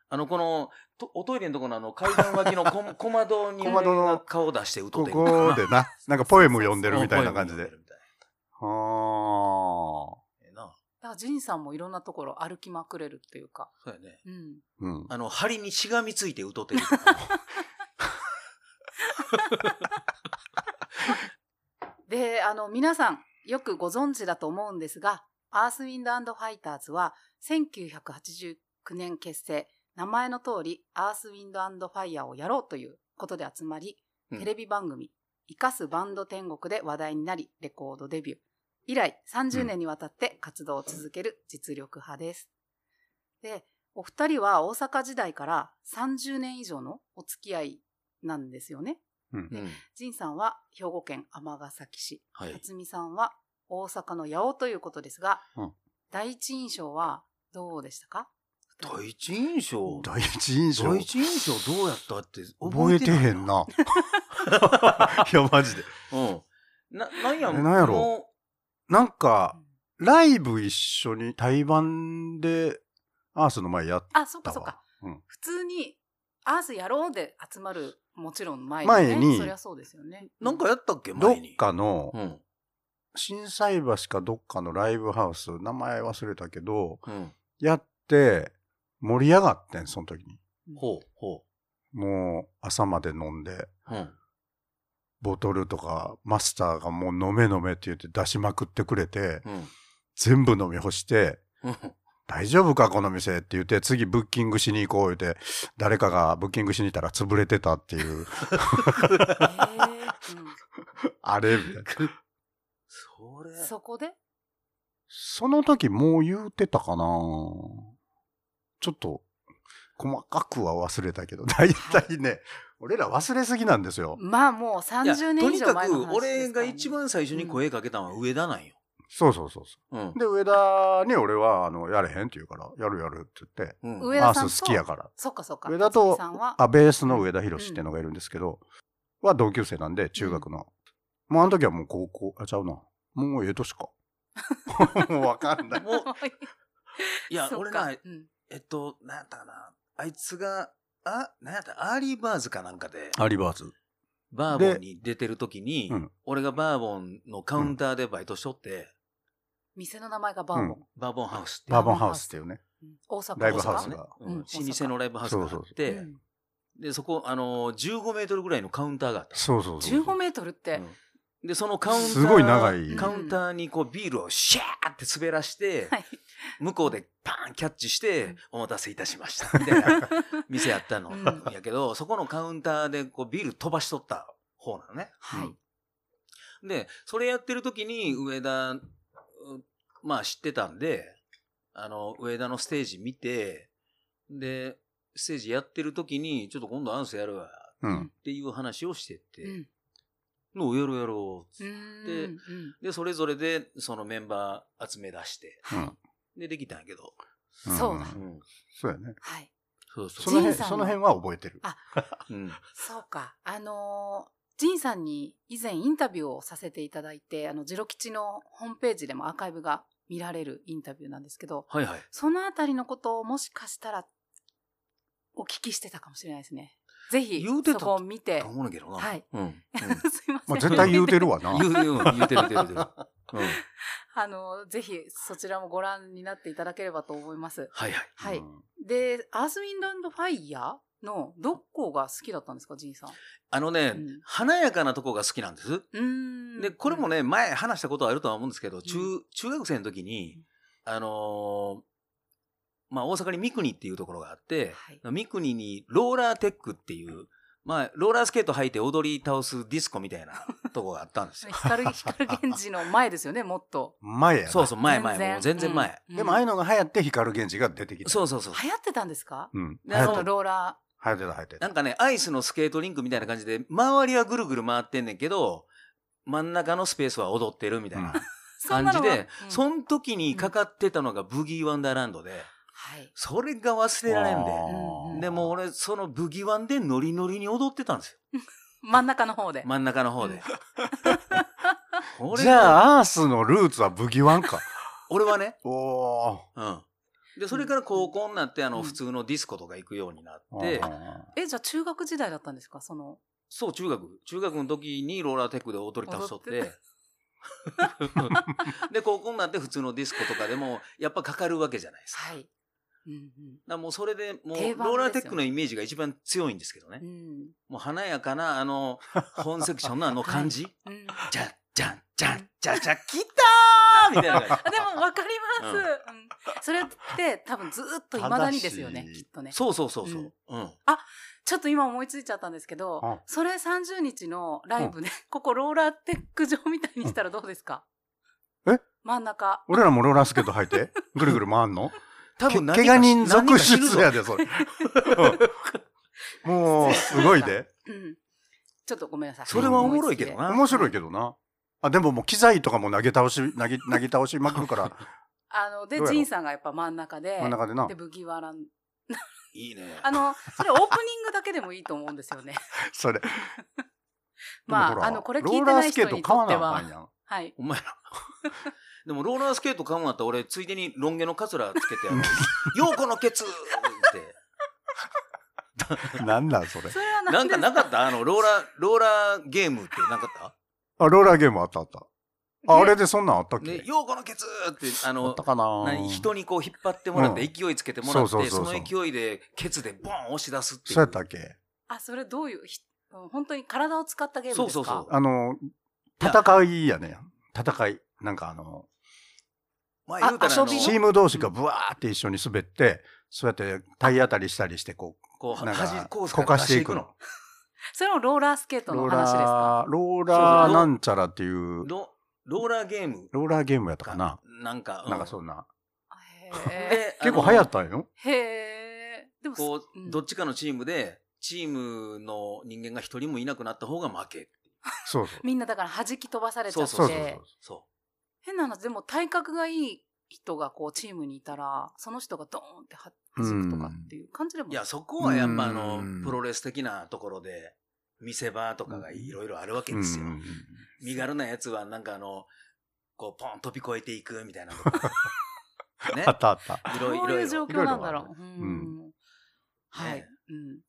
Speaker 3: あの、この、とおトイレのとこのあの階段脇の
Speaker 2: *laughs*
Speaker 3: 小小窓に
Speaker 2: 小窓の
Speaker 3: 顔出して歌っ
Speaker 2: こ
Speaker 3: てる
Speaker 2: こで *laughs* な、なんかポエム読んでるみたいな感じで。
Speaker 3: うん
Speaker 2: は
Speaker 3: ポエム読んるみたい
Speaker 2: あ。
Speaker 3: ええな。
Speaker 1: だから、ジンさんもいろんなところ歩きまくれるっていうか。
Speaker 3: そうやね。
Speaker 1: うん。
Speaker 2: うん。
Speaker 3: あの、針にしがみついて歌ってるとか。
Speaker 1: で、あの、皆さん、よくご存知だと思うんですが、アースウィンドファイターズは、1989年結成、名前の通り、アースウィンドファイヤーをやろうということで集まり、
Speaker 3: うん
Speaker 1: テレビ番組、生かすバンド天国で話題になり、レコードデビュー。以来、30年にわたって活動を続ける実力派です。で、お二人は大阪時代から30年以上のお付き合いなんですよね。
Speaker 2: *laughs* うん。
Speaker 3: うん
Speaker 1: 仁さんは兵庫県尼崎市、
Speaker 3: はい。
Speaker 1: 辰巳さんは大阪の八尾ということですが、
Speaker 2: うん
Speaker 1: 第一印象はどうでしたか
Speaker 3: 第一印象
Speaker 2: 第一印象
Speaker 3: 第一印象どうやったって
Speaker 2: 覚えてへ
Speaker 3: な
Speaker 2: *laughs*
Speaker 3: ん
Speaker 2: な。いや、マジで。 *laughs*
Speaker 3: うん。な、なんや
Speaker 2: えなんやろ
Speaker 3: も
Speaker 2: なんか、ライブ一緒に対バンで、アースの前やっ
Speaker 1: あ、そう
Speaker 2: た
Speaker 1: か
Speaker 2: わ。
Speaker 1: そうか。
Speaker 2: うん
Speaker 1: 普通に、アースやろうで集まる、もちろん前に、ね。
Speaker 2: 前に
Speaker 1: そりゃそうですよね。
Speaker 3: うなんかやったっけ
Speaker 2: ど
Speaker 3: 前
Speaker 2: っ
Speaker 3: に。
Speaker 2: かの
Speaker 3: う、ん。
Speaker 2: 震災橋かどっかのライブハウス、名前忘れたけど、
Speaker 3: うん。
Speaker 2: やって、盛り上がってん、その時に。
Speaker 3: ほう、ほ
Speaker 2: もう、朝まで飲んで、
Speaker 3: う。うん。
Speaker 2: ボトルとか、マスターがもう飲め飲めって言って出しまくってくれて、
Speaker 3: うん。
Speaker 2: 全部飲み干して、
Speaker 3: うん。
Speaker 2: 大丈夫かこの店って言って、次ブッキングしに行こう言って、誰かがブッキングしに行ったら潰れてたっていう、
Speaker 1: えー
Speaker 2: あれみたいな。
Speaker 3: それ
Speaker 1: うん。
Speaker 3: *laughs*
Speaker 1: そこで
Speaker 2: その時もう言うてたかなちょっと、細かくは忘れたけど、だいたいね、俺ら忘れすぎなんですよ。
Speaker 1: まあもう
Speaker 3: いや
Speaker 1: 30年以上前の
Speaker 3: と
Speaker 1: 話で
Speaker 3: にかく俺
Speaker 1: すから
Speaker 3: が
Speaker 1: ね
Speaker 3: 一番最初に声かけたのは上田なんよ。
Speaker 2: そうそうそうそ
Speaker 3: うん
Speaker 2: う。。で、上田に俺は、あの、やれへんって言うから、やるやるって言って、
Speaker 3: うん
Speaker 1: 上田
Speaker 2: ア
Speaker 1: さんと
Speaker 2: ース好きやから。
Speaker 1: そっかそっか。
Speaker 2: 上田
Speaker 1: 辰巳
Speaker 2: と
Speaker 1: さんは、
Speaker 2: あ、ベースの上田博士っていうのがいるんですけど、は同級生なんで、中学の。もうあの時はもう高校、あ、ちゃうな。もうええ年 *laughs* か。もうわかんない。
Speaker 1: *laughs*
Speaker 3: もう、いや、
Speaker 1: そっ
Speaker 3: 俺
Speaker 1: か
Speaker 3: な、
Speaker 1: うん
Speaker 3: えっと、なんやったかな。あいつが、あ、なんやった、アーリーバーズかなんかで、
Speaker 2: アリバーズ。
Speaker 3: バーボンに出てる時に
Speaker 2: うん、
Speaker 3: 俺がバーボンのカウンターでバイトしとって、
Speaker 1: 店の名前がバーボン。
Speaker 2: うん
Speaker 3: バーボンハウスっていう
Speaker 2: バーボンハウスっていうね。
Speaker 1: うん大阪
Speaker 2: ライブハウス
Speaker 1: です
Speaker 2: が
Speaker 1: か
Speaker 3: うん
Speaker 1: うん
Speaker 3: 老舗のライブハウスがあっ
Speaker 1: う
Speaker 3: て、
Speaker 1: ん
Speaker 3: で、そこ、あのー、15メートルぐらいのカウンターがあった。
Speaker 2: そうそうそう。
Speaker 1: 15メートルって、
Speaker 3: うんで、そのカウンター、
Speaker 2: すごい長い
Speaker 3: カウンターにこうビールをシャーって滑らして、
Speaker 1: はい
Speaker 3: 向こうでパーンキャッチして、
Speaker 1: うん
Speaker 3: お待たせいたしました、みたいな店やったの。
Speaker 1: うん
Speaker 3: やけど、そこのカウンターでこうビール飛ばしとった方なのね。
Speaker 1: *laughs* はい。
Speaker 3: で、それやってる時に上田、うまあ知ってたんで、あの、上田のステージ見て、で、ステージやってる時に、ちょっと今度アンスやるわ、
Speaker 2: うん。
Speaker 3: っていう話をしてて、
Speaker 1: うん
Speaker 3: のやろうや
Speaker 1: う
Speaker 3: ろうっつ
Speaker 1: ーんうん
Speaker 3: で、それぞれでそのメンバー集め出して、
Speaker 2: うん。
Speaker 3: で、できたんやけど。
Speaker 1: そうだ
Speaker 3: ん。
Speaker 2: そうやね。
Speaker 1: はい。
Speaker 3: そうそ。
Speaker 2: そうの
Speaker 1: ジン
Speaker 2: 辺、
Speaker 1: さんの
Speaker 2: その辺は覚えてる。
Speaker 3: うん。
Speaker 1: そうか。あのー、ジンさんに以前インタビューをさせていただいて、あの、ジロ吉のホームページでもアーカイブが見られるインタビューなんですけど、
Speaker 3: はいはい。
Speaker 1: そのあたりのことをもしかしたらお聞きしてたかもしれないですね。ぜひ、
Speaker 3: 言うてた
Speaker 1: そこを見て
Speaker 3: と。思うねんけどな。
Speaker 1: はい。
Speaker 3: うん。うん、
Speaker 1: *laughs* すいません。
Speaker 2: まあ、絶対言うてるわな。。
Speaker 3: 言う、言う、言うてる、言うてる。うん。
Speaker 1: *laughs* あのー、ぜひ、そちらもご覧になっていただければと思います。
Speaker 3: はいはい。
Speaker 1: はいう
Speaker 2: ん
Speaker 1: で、アースウィンドンドファイヤーのどこが好きだったんですか、ジンさん。
Speaker 3: あのね、
Speaker 1: うん
Speaker 3: 華やかなとこが好きなんです。
Speaker 1: うーん。
Speaker 3: で、これも
Speaker 1: ね、
Speaker 3: ね、前話したことはあるとは思うんですけど、中、中学生の時に、あのーまあ、大阪に三国っていうところがあって、
Speaker 1: はい
Speaker 3: 三国にローラーテックっていう、まあ、ローラースケート履いて踊り倒すディスコみたいなとこがあったんです
Speaker 1: *laughs*
Speaker 3: よ。
Speaker 1: 光光源氏の前ですよね、もっと。
Speaker 2: 前やな。
Speaker 3: そうそう、前前、もう全然前。
Speaker 1: うん
Speaker 2: でも、ああいう
Speaker 1: の
Speaker 2: のが流行って光源氏が出てきた。
Speaker 3: そうそうそう。
Speaker 1: 流行ってたんですか
Speaker 2: うん。流
Speaker 3: で
Speaker 2: 行
Speaker 3: あ
Speaker 2: っ
Speaker 1: そ
Speaker 2: て
Speaker 1: の
Speaker 2: た。
Speaker 1: ローラ
Speaker 2: 流行ってた、流行って
Speaker 3: な
Speaker 2: た。
Speaker 3: んかね、アイスのスケートリンクみたいな感じで、周りはぐるぐる回ってんねんけど、真ん中のスペースは踊ってるみたいな
Speaker 2: うん
Speaker 1: ー。そん
Speaker 3: 感
Speaker 1: な
Speaker 3: じ
Speaker 1: の
Speaker 3: で
Speaker 1: は、うん
Speaker 3: その時にかかってたのがブギーワンダーランドで、
Speaker 1: はい。
Speaker 3: それが忘れられんで。
Speaker 1: うん
Speaker 3: でもう俺、そのブギワンでノリノリに踊ってたんです
Speaker 1: 真ん中の方で。
Speaker 3: よ。真ん中の
Speaker 1: *laughs*
Speaker 3: 方で。俺
Speaker 2: じゃあアースのルーツはブギワン
Speaker 3: *laughs*
Speaker 2: か
Speaker 3: 俺はね、
Speaker 2: おお
Speaker 3: うん。で、それから高校になって、あ
Speaker 1: う
Speaker 3: の、
Speaker 1: ん
Speaker 3: 普通のディスコとか行くようにな
Speaker 2: ー
Speaker 3: って、
Speaker 2: あ
Speaker 1: え、じゃあ中学時代だったんですかその。
Speaker 3: そう、中学。中学の時にローラーテックで踊り倒しとっ。
Speaker 1: 踊って
Speaker 3: *laughs* で、高校になって普通のディスコとかでも、やっぱかかるわけじゃないですか。だか
Speaker 1: はい。うんうん。
Speaker 3: らもうそれで、もう、
Speaker 1: 定番ですよね
Speaker 3: ローラーテックのイメージが一番強いんですけどね
Speaker 1: う。ん。
Speaker 3: もう華やかな、あの、本セクションのあの感じ。
Speaker 1: うん、
Speaker 3: じゃ、じゃ、じゃ、じゃ、じゃ、来たーみたい
Speaker 1: *laughs*
Speaker 3: な感
Speaker 1: あでもわかります、
Speaker 3: う
Speaker 1: うんんそれって多分ずーっと未だにですよね
Speaker 2: 正しい
Speaker 1: きっとね
Speaker 3: じ。そうそうそうそう。うん。
Speaker 1: ちょっと今思いついちゃったんですけど、
Speaker 2: うん
Speaker 1: それ30日のライブで、ここローラーテック場みたいにしたらどうですか、
Speaker 2: え
Speaker 1: 真ん中
Speaker 2: 俺らもローラースケート履いてぐるぐる回んの
Speaker 3: 多
Speaker 2: け
Speaker 3: 分何
Speaker 2: 怪
Speaker 3: か
Speaker 2: 我人
Speaker 3: 何か
Speaker 2: 続
Speaker 3: 知るぞ
Speaker 2: 出やでそれもうすごいで
Speaker 1: うんちょっとごめんなさい
Speaker 3: それはおもろいけどな。
Speaker 2: 面白いけどなあでももう機材とかも投げ倒し投げ投げ倒しまくるから
Speaker 1: あので
Speaker 2: どうやろう
Speaker 1: ジンさんがやっぱ真ん中で
Speaker 2: 真ん中でな
Speaker 1: でブギワラン
Speaker 3: いいね。
Speaker 1: あのそれオープニングだけでもいいと思うんですよ
Speaker 2: *laughs*
Speaker 1: ね
Speaker 2: それ
Speaker 1: ま
Speaker 2: でもほ
Speaker 1: あ
Speaker 2: ら
Speaker 1: あのこれ聞いてない人にとっ
Speaker 2: ローラースケ
Speaker 1: て
Speaker 2: ート買わなあ
Speaker 1: は
Speaker 2: かんやん
Speaker 1: はい
Speaker 3: お前ら。 *laughs* でも、ローラースケート買うんだったら、俺、ついでにロン毛のカツラつけて、あの、
Speaker 2: *laughs*
Speaker 3: ようこのケツって。
Speaker 2: なんな
Speaker 1: *laughs*
Speaker 2: んそれ
Speaker 1: それは
Speaker 3: な
Speaker 1: 何
Speaker 3: ん
Speaker 1: で
Speaker 3: か
Speaker 1: す
Speaker 3: なかったあの、ローラー、ローラーゲームってなかった
Speaker 2: あローラーゲームあったあったああれでそんなんあったっけ
Speaker 3: で、ようこのケツって、あ
Speaker 2: あっ
Speaker 3: の
Speaker 2: た、かな
Speaker 3: 何人にこう引っ張ってもらって、
Speaker 2: うん
Speaker 3: 勢いつけてもらっ
Speaker 2: そう
Speaker 3: て、
Speaker 2: そうそ
Speaker 3: そ
Speaker 2: うそ
Speaker 3: の
Speaker 2: う
Speaker 3: 勢いで、ケツでボン押し出すっていう。
Speaker 2: そうやったっけ
Speaker 1: あそれどういうひ本当に体を使ったゲームですか
Speaker 3: そうそうそう
Speaker 2: あの、戦いやね。戦い。なんかあの、
Speaker 3: まあ、言うたら、あ
Speaker 1: あ
Speaker 3: の
Speaker 1: 遊び
Speaker 2: チーム同士がブワーって一緒に滑って、そうやって体当たりしたりして、こ
Speaker 3: こう、
Speaker 2: なんか
Speaker 3: 端コース
Speaker 2: こ
Speaker 3: から
Speaker 2: かし
Speaker 3: 出して
Speaker 2: て
Speaker 3: い
Speaker 2: い
Speaker 3: く
Speaker 2: く
Speaker 3: の
Speaker 2: の。
Speaker 1: それもローラースケー
Speaker 2: う、
Speaker 1: ト
Speaker 2: ロ
Speaker 1: の
Speaker 2: ー
Speaker 1: 話ですか
Speaker 2: ラー、ロー
Speaker 3: そう
Speaker 2: ラ
Speaker 3: そ
Speaker 2: ー
Speaker 3: う
Speaker 2: なんちゃらっていう、
Speaker 3: ロローラーゲーム
Speaker 2: ローラーゲームやったかな。。
Speaker 3: なんか、う
Speaker 2: なんかそんな。
Speaker 1: へ
Speaker 2: 結
Speaker 3: で
Speaker 2: 構流行
Speaker 3: た
Speaker 2: ったんよ。
Speaker 1: え。へえ。でも
Speaker 3: こう、
Speaker 1: ん
Speaker 3: どっちかのチームで、チームの人間が一人もいなくなった方が負け。
Speaker 2: そうそう。
Speaker 1: みんなだから弾き飛ばされちゃっ
Speaker 2: そうそうそう
Speaker 1: て。
Speaker 3: そ
Speaker 1: 変な話、でも体格がいい人がこうチームにいたら、その人がドーンっては弾くとかっていう感じでも。
Speaker 3: う。いや、そこはやっぱあ
Speaker 2: うー
Speaker 3: の、
Speaker 2: ん
Speaker 3: プロレス的なところで、見せ場とかがいろいろあるわけ
Speaker 2: うんう
Speaker 3: ですよ。
Speaker 2: ん
Speaker 3: 身軽なやつはなんかあの、こう、ポン飛び越えていくみたいなと
Speaker 2: *laughs*
Speaker 3: かね
Speaker 2: あ。ったあった。
Speaker 3: い
Speaker 1: ど
Speaker 3: ろいろ。
Speaker 1: ういう状況なんだ
Speaker 2: い
Speaker 1: ろう。
Speaker 2: ろいろある
Speaker 1: う
Speaker 2: ね
Speaker 1: んはい
Speaker 3: ね。
Speaker 1: うん。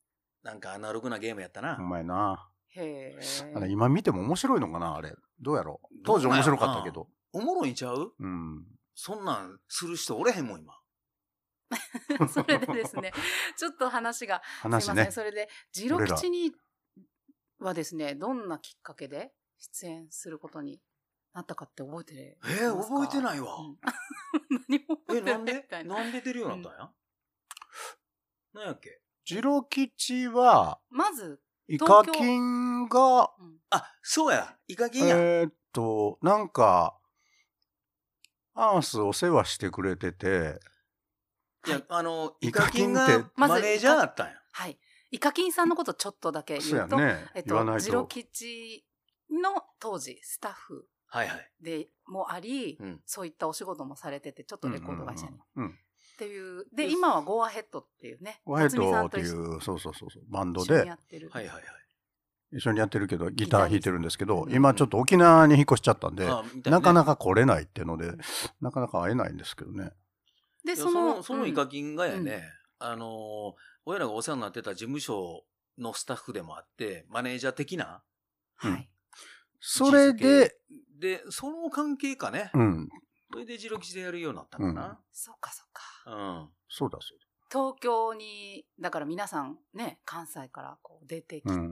Speaker 3: なんかアナログなゲームやった
Speaker 2: う
Speaker 3: な。
Speaker 2: まいな。
Speaker 1: へえ。
Speaker 2: あれ今見ても面白いのかなあれ。どうやろう。当時面白かったけど。
Speaker 3: おもろいんちゃう
Speaker 2: うん。
Speaker 3: そんなんする人おれへんもん、今。
Speaker 1: *laughs* それでですね、ちょっと話がす
Speaker 2: 話
Speaker 1: いませ
Speaker 2: ね
Speaker 1: ん。それで次郎吉にはですねどんなきっかけで出演することになったかって覚えて
Speaker 3: えー、覚えて
Speaker 1: い
Speaker 3: ないわ。
Speaker 1: *laughs* 何も覚
Speaker 3: え、
Speaker 1: えて
Speaker 3: な
Speaker 1: ない *laughs*
Speaker 3: ん
Speaker 1: み
Speaker 3: で
Speaker 1: たいな
Speaker 3: なんで出るようになったんやなんやっけ
Speaker 2: ジロ吉は、
Speaker 1: まず、
Speaker 2: イカ
Speaker 1: 東京
Speaker 2: キンが、
Speaker 1: うん
Speaker 3: あ、そうや。イカキンや。
Speaker 2: えーっと、なんか、アースお世話してくれてて、
Speaker 3: いや、あの、イ
Speaker 2: イ
Speaker 3: カ
Speaker 2: カ
Speaker 3: キ
Speaker 2: キ
Speaker 3: ン
Speaker 2: ン
Speaker 3: が
Speaker 2: って
Speaker 3: マネージャーだったんや。
Speaker 1: はいイカキンさんのことちょっとだけ
Speaker 2: そう
Speaker 1: 言
Speaker 2: や
Speaker 1: うと、
Speaker 2: ね、
Speaker 1: えっ
Speaker 2: 言わな
Speaker 1: と
Speaker 2: い
Speaker 1: 次郎
Speaker 2: と。
Speaker 1: 吉の当時スタッフ
Speaker 3: はいはい。
Speaker 1: でもあり、
Speaker 3: うん
Speaker 1: そういったお仕事もされててちょっとレコード会社に、っ
Speaker 2: うんうんうん。
Speaker 1: ていうで今はゴーアヘッドっていうね
Speaker 2: ワイ
Speaker 1: 辰巳さ
Speaker 2: ト
Speaker 1: ん
Speaker 2: って
Speaker 1: と
Speaker 2: い
Speaker 1: 一緒
Speaker 2: う、そうそうそうそう、バンド
Speaker 1: 一緒に
Speaker 2: で
Speaker 1: やってる、
Speaker 3: はいはい
Speaker 2: 一緒にやってるけど、ギター弾いてるんですけ
Speaker 1: ギター
Speaker 2: ど
Speaker 1: で、す
Speaker 2: 今ちょっと沖縄に引っ越しちゃったん
Speaker 3: はい。
Speaker 2: で、
Speaker 3: あみたい
Speaker 2: なかな
Speaker 3: か。
Speaker 2: か来れないっていうので
Speaker 1: ん、
Speaker 2: なかなか会えないんですけどね。
Speaker 1: で
Speaker 3: いやそ
Speaker 1: そ
Speaker 3: の、
Speaker 1: の
Speaker 3: そのイ
Speaker 1: うん
Speaker 3: カキンがやね、あのー、俺らがお世話になってた事務所のスタッフでもあって、マネージャー的な。
Speaker 2: うん
Speaker 1: はい
Speaker 2: それで、
Speaker 3: で、その関係かね。
Speaker 2: うん、
Speaker 3: それでジロキチでやるようになったのか
Speaker 1: そっかそっか
Speaker 3: な。うん。
Speaker 2: そうだそう
Speaker 1: 東京にだから皆さんね関西からこう出てきて、
Speaker 2: うん
Speaker 3: う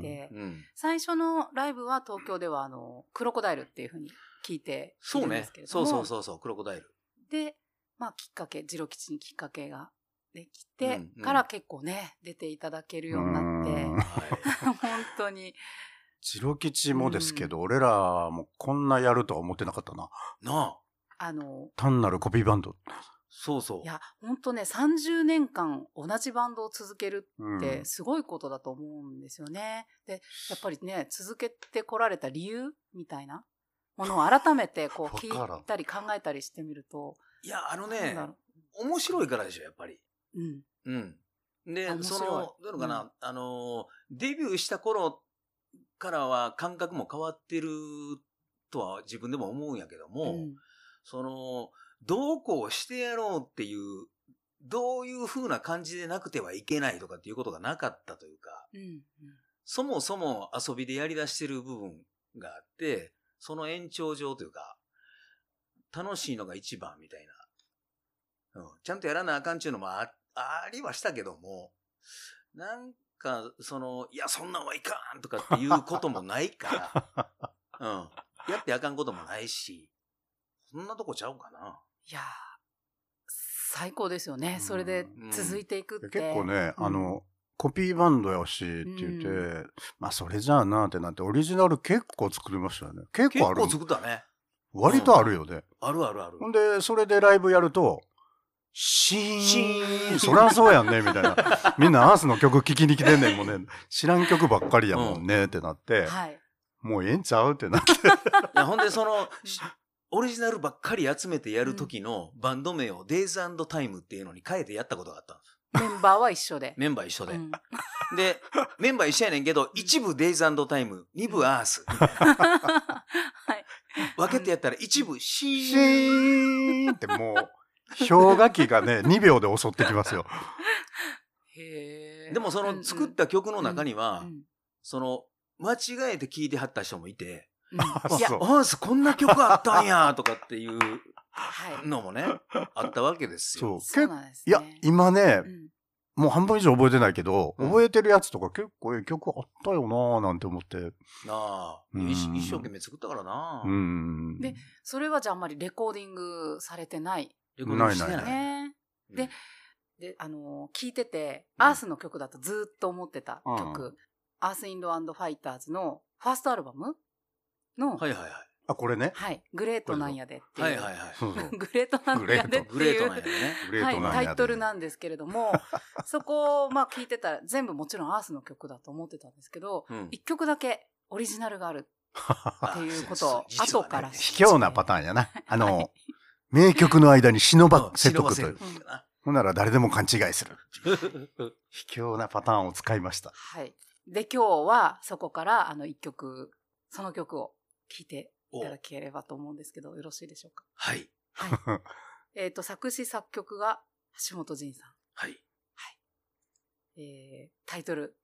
Speaker 3: ん。
Speaker 1: 最初のライブは東京ではあのクロコダイルっていうふうに聞いてい
Speaker 3: そう
Speaker 1: るんで
Speaker 3: ね
Speaker 1: すけ。れど
Speaker 3: そ
Speaker 1: も
Speaker 3: うそうそうそう、クロコダイル。
Speaker 1: でまあきっかけ次郎吉にきっかけができて、
Speaker 3: うんうん
Speaker 1: から結構ね出ていただける
Speaker 2: う。
Speaker 1: ようになって
Speaker 2: うーん
Speaker 3: はい
Speaker 1: *laughs* 本当に
Speaker 2: ジロ吉もですけど、俺らもこんなやるとは思ってなかったな。
Speaker 3: なあ。
Speaker 1: あの
Speaker 2: 単なるコピーバンド。
Speaker 3: そうそう
Speaker 1: い。や本当ね30年間同じバンドを続ける
Speaker 2: うん
Speaker 1: ってすごいことだと思うんですよね。でやっぱりね続けてこられた理由みたいなものを改めてこう聞
Speaker 2: *laughs* わからん
Speaker 1: いたり考えたりしてみると
Speaker 3: いや、あ
Speaker 1: な
Speaker 3: の
Speaker 1: ん
Speaker 3: ね
Speaker 1: だ、ろ
Speaker 3: 面白いからでしょ、やっぱり。
Speaker 1: うん。
Speaker 3: うん。で
Speaker 1: あ面、白い
Speaker 3: その、どういうのかな、あの、デビューした頃からは感覚も変わってるとは自分でも思うんやけども、
Speaker 1: うん
Speaker 3: その、どうこうしてやろうっていう、どういう風な感じでなくてはいけないとかっていうことがなかったというか、
Speaker 1: うん。
Speaker 3: そもそも遊びでやり出してる部分があって、その延長上というか、楽しいのが一番みたいな。うん。ちゃんとやらなあかんっていうのもあありはしたけども、なんか、その、いや、そんなんはいかんとかっていうこともない
Speaker 2: *laughs*
Speaker 3: から、うん。やってあかんこともないし、そんなとこちゃうかな。
Speaker 1: いやー最高ですよね。
Speaker 2: うん
Speaker 1: それで続いていくって。
Speaker 2: 結構ね、
Speaker 1: うん
Speaker 2: あの、コピーバンドやしって言って、
Speaker 1: う
Speaker 2: まあそれじゃあなってなって、オリジナル結構作りましたよね。結
Speaker 3: 結
Speaker 2: 構ある
Speaker 3: 構。作ったね。
Speaker 2: 割とあるよね。
Speaker 3: あるあるある。
Speaker 2: ほんで、それでライブやると、シーン。
Speaker 3: シーン
Speaker 2: そりゃそうやんね、みた
Speaker 1: *laughs*
Speaker 2: いな。みんなアースの曲聴きに来てんねんもんね。知らん曲ばっかりやもんね、ってなって、
Speaker 1: はい。
Speaker 2: もうええんちゃうってなって。
Speaker 3: いやほんで
Speaker 2: *laughs*
Speaker 3: その、しオリジナルばっかり集めてやる時のバンド名を Days and Time っていうのに変えてやったことがあったんです。
Speaker 1: メンバーは一緒で。
Speaker 3: メンバー一緒で。
Speaker 1: うん
Speaker 2: *laughs*
Speaker 3: で、メンバー一緒やねんけど、一部 Days and Time、二部 Earth。
Speaker 1: *laughs*
Speaker 2: *laughs*
Speaker 1: はい。
Speaker 3: 分けてやったら一部 C
Speaker 2: シーンってもう、氷河期がね、2秒で襲ってきますよ。
Speaker 1: へー
Speaker 3: でもその作っ、た曲の中に
Speaker 1: うん
Speaker 3: は、
Speaker 1: うん
Speaker 3: その、間違えて聴いてはった人もいて、
Speaker 1: うんはい
Speaker 2: あ
Speaker 3: いや、
Speaker 2: そう
Speaker 3: アースこんな曲あったんや、とかっていう *laughs*
Speaker 1: い。
Speaker 3: のも
Speaker 2: *laughs*
Speaker 3: ね、あったわけです
Speaker 2: そう
Speaker 3: よ。。
Speaker 1: そう
Speaker 2: 結構
Speaker 1: なんです
Speaker 2: い
Speaker 1: ね。
Speaker 2: や、今ね
Speaker 1: う、ん
Speaker 2: もう半分以上覚えてないけど、
Speaker 3: うん
Speaker 2: 覚えてるやつとか結構ええ曲あったよなぁなんて思って。
Speaker 3: なあ、
Speaker 2: うん
Speaker 3: 一一生懸命作ったからな。
Speaker 2: うん。
Speaker 1: でそれはじゃああんまりレコーディングされてない。
Speaker 3: レコーディングして。
Speaker 2: ないない
Speaker 1: ね。
Speaker 3: うん
Speaker 1: で、で、あのー聞いてて、
Speaker 3: うん
Speaker 1: アースの曲だとずっと思ってた曲、アース・インド・アンド・ファイターズのファーストアルバムの、は、
Speaker 3: はいいはいはい。
Speaker 2: あ、これね。
Speaker 1: グレートなんやでっていう。
Speaker 3: はいはいはい。
Speaker 2: そうそう。
Speaker 1: グレートなんやでっていう。
Speaker 3: グレートなんやね。
Speaker 2: グレートなんやで
Speaker 1: はい、タイトルなんですけれど
Speaker 2: *laughs*
Speaker 1: も、そこを、まあ、聞いてたら、全部もちろんアースの曲だと思ってたんですけど、
Speaker 3: うん
Speaker 1: 一曲だけオリジナルがある。っていうことを
Speaker 3: あ実はね
Speaker 1: 後から知
Speaker 2: 卑怯なパターンやな。あの、名曲の間に忍ばせとくとい
Speaker 3: うん
Speaker 2: う。
Speaker 3: 知らば
Speaker 2: ほんなら誰でも勘違いする。
Speaker 3: せるうん
Speaker 2: 卑怯なパターンを使いました。
Speaker 1: はい。で、今日はそこから、あの、一曲、その曲を聞いてい
Speaker 3: お
Speaker 1: ただければと思うんですけど、よろしいでしょうか。
Speaker 3: はい。
Speaker 1: えっ、と、作詞作曲が橋本仁さ
Speaker 3: はい。
Speaker 1: ん。えー、タイトル、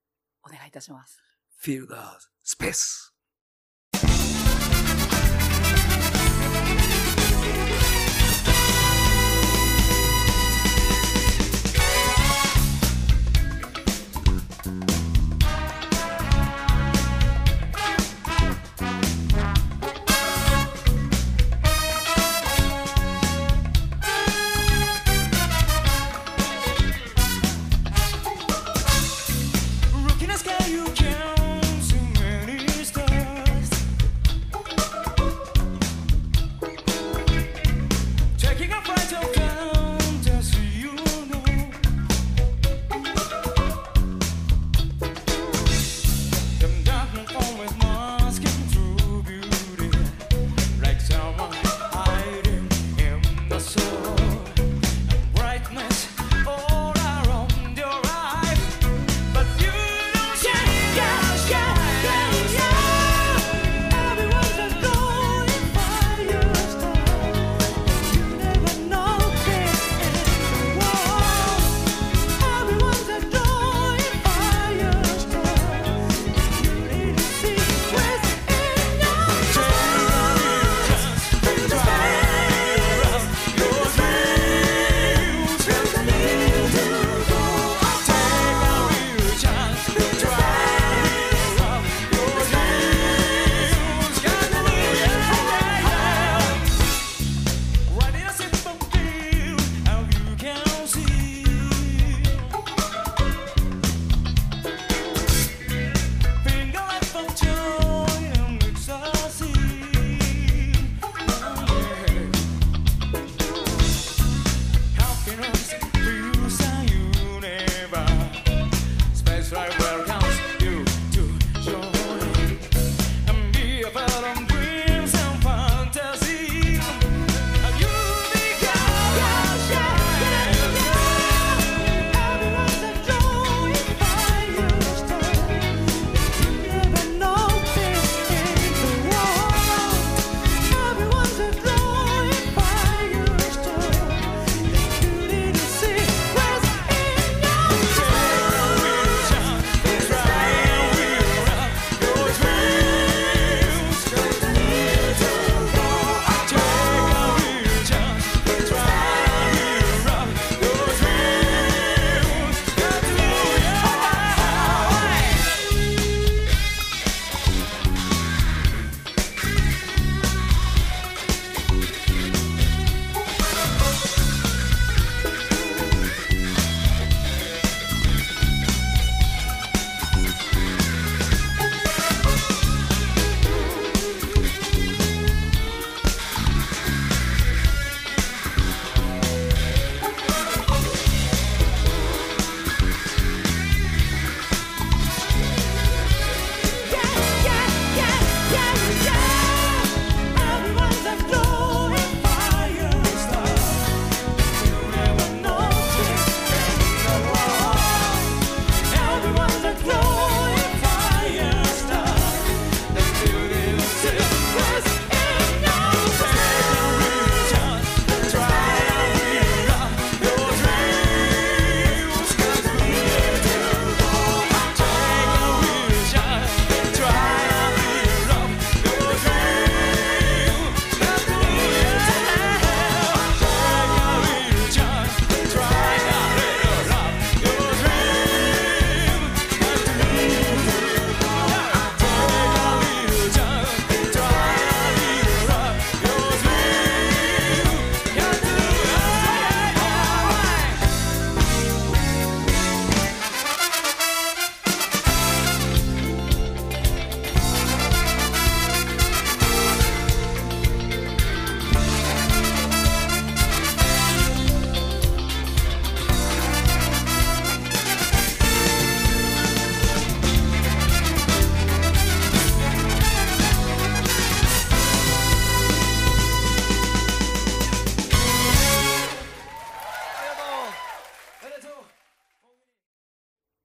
Speaker 1: お願いいたします。
Speaker 3: Feel the space.
Speaker 4: 「ロキなスカイユーキャンスメリースター」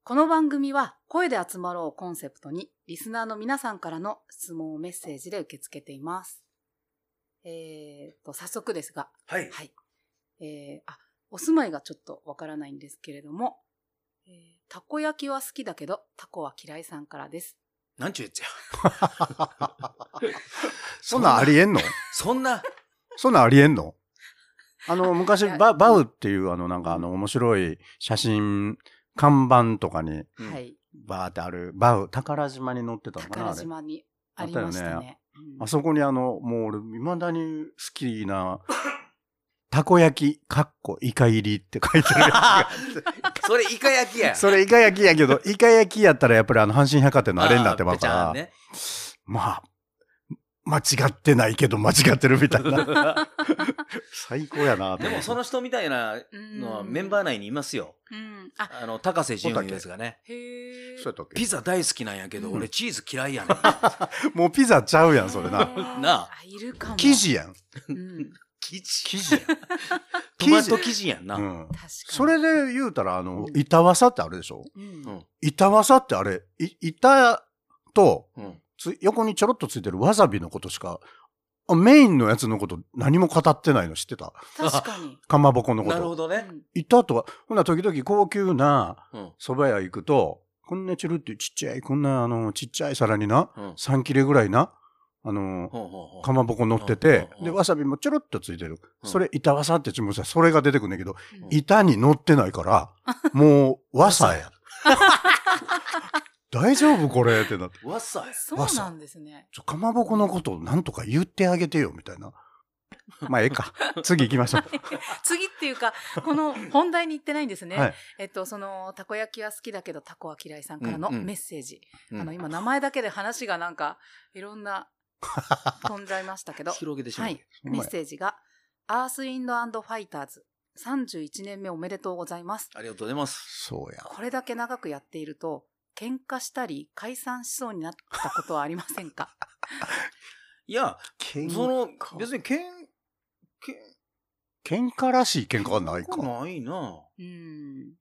Speaker 1: この番組は声で集まろうをコンセプトにリスナーの皆さんからの質問をメッセージで受け付けています。えー、と、早速ですが、
Speaker 3: はい。
Speaker 1: はい。えー、あ、お住まいがちょっとわからないんですけれども、えーたこ焼きは好きだけど、たこは嫌いさんからです。
Speaker 3: なんちゅうやつや。
Speaker 2: そんなんありえんの
Speaker 3: そんな、
Speaker 2: そんなんありえんのあの、昔、
Speaker 1: いや
Speaker 2: ババウっていう、あの、なんか、あの、面白い写真、看板とかに、
Speaker 3: うん
Speaker 1: はい。
Speaker 2: バーってある、バウ、宝島に載ってたのかな、
Speaker 1: 宝
Speaker 2: あれ。
Speaker 1: 島にありましたね。
Speaker 2: あったよ
Speaker 1: うん
Speaker 2: あそこにあの、もう俺、未だに好きな、たこ焼き、かっこ、イカ入りって書いてる
Speaker 3: *laughs*
Speaker 2: やつが
Speaker 3: *laughs* それイカ焼き
Speaker 2: *laughs*
Speaker 3: や。
Speaker 2: それイカ焼きやけど、イカ焼きやったらやっぱりあの、阪神百貨店のあれになってま
Speaker 3: ば
Speaker 2: うから、
Speaker 3: ね。
Speaker 2: まあ、間違ってないけど間違ってるみたいな。最高やなと思
Speaker 3: で
Speaker 2: って
Speaker 3: もその人みたいな
Speaker 1: うん
Speaker 3: のはメンバー内にいますよ。
Speaker 1: うん。あ、
Speaker 3: あの、高瀬淳也ですがね。
Speaker 1: へえ。
Speaker 2: そうやったっけ
Speaker 3: ピザ大好きなんやけど、
Speaker 2: うん
Speaker 3: 俺チーズ嫌いやねん。
Speaker 2: もうピザちゃうやん、それな。
Speaker 1: な
Speaker 3: なあ
Speaker 1: いるかも。
Speaker 2: 生。地やん。
Speaker 1: うん。
Speaker 3: 生地
Speaker 2: 生地や
Speaker 3: トマト生地やんな。
Speaker 2: ん。うん。
Speaker 1: 確かに。
Speaker 2: それで言うたら、あ
Speaker 1: う、
Speaker 2: の
Speaker 1: ん
Speaker 2: 板わさってあるでしょ
Speaker 1: うん。
Speaker 3: うん
Speaker 2: 板わさってあれ、い板と、
Speaker 3: うん
Speaker 2: つ横にちょろっとついてるわさびのことしか、あメインのやつのこと何も語ってないの知ってた
Speaker 1: 確かに。
Speaker 2: かまぼこのこ
Speaker 3: なるほ
Speaker 2: と。
Speaker 3: どね。
Speaker 2: 板とは、ほんなら時々高級な
Speaker 3: うん。
Speaker 2: 蕎麦屋行くと、こんなチュルっていうちっちゃい、こんなあの、ちっちゃい皿にな、
Speaker 3: うん。
Speaker 2: 3切れぐらいな、あの、
Speaker 3: ほうほうほう
Speaker 2: かまぼこ乗ってて
Speaker 3: う、ん
Speaker 2: で、わさびもちょろっとついてる。
Speaker 3: うん
Speaker 2: それ、板わさって注文したら、それが出てくるんだけど、
Speaker 1: うん
Speaker 2: 板に乗ってない
Speaker 3: *laughs*
Speaker 2: から、もう、わさや。大丈夫これってなって。
Speaker 3: わっさや
Speaker 1: そうなんですね。 *laughs*
Speaker 2: ちょ、かまぼこのことをなんとか言ってあげてよ、みたいな。まあ、ええ
Speaker 3: *laughs*
Speaker 2: か。次行きましょう。
Speaker 1: 次っていうか、この本題に行ってないんですね。
Speaker 2: はい
Speaker 1: えっと、その、たこ焼きは好きだけど、たこは嫌いさんからの
Speaker 3: うんうん
Speaker 1: メッセージ。
Speaker 3: うん
Speaker 1: あの、今、名前だけで話がなんか、いろんな、飛んじゃいましたけど。
Speaker 3: 広げてしま
Speaker 1: は
Speaker 3: う
Speaker 1: い。。メッセージが、アース・インド・アンド・ファイターズ、31年目おめでとうございます。
Speaker 3: ありがとうございます。
Speaker 2: そうや。
Speaker 1: これだけ長くやっていると、喧嘩したり解散しそうになったことはありませんか
Speaker 3: いや、
Speaker 2: 喧
Speaker 3: その、
Speaker 2: 別
Speaker 3: 別
Speaker 2: に
Speaker 3: に、けん、けん、
Speaker 2: 喧嘩らしい喧嘩はないか。
Speaker 3: ないな。
Speaker 1: うーん。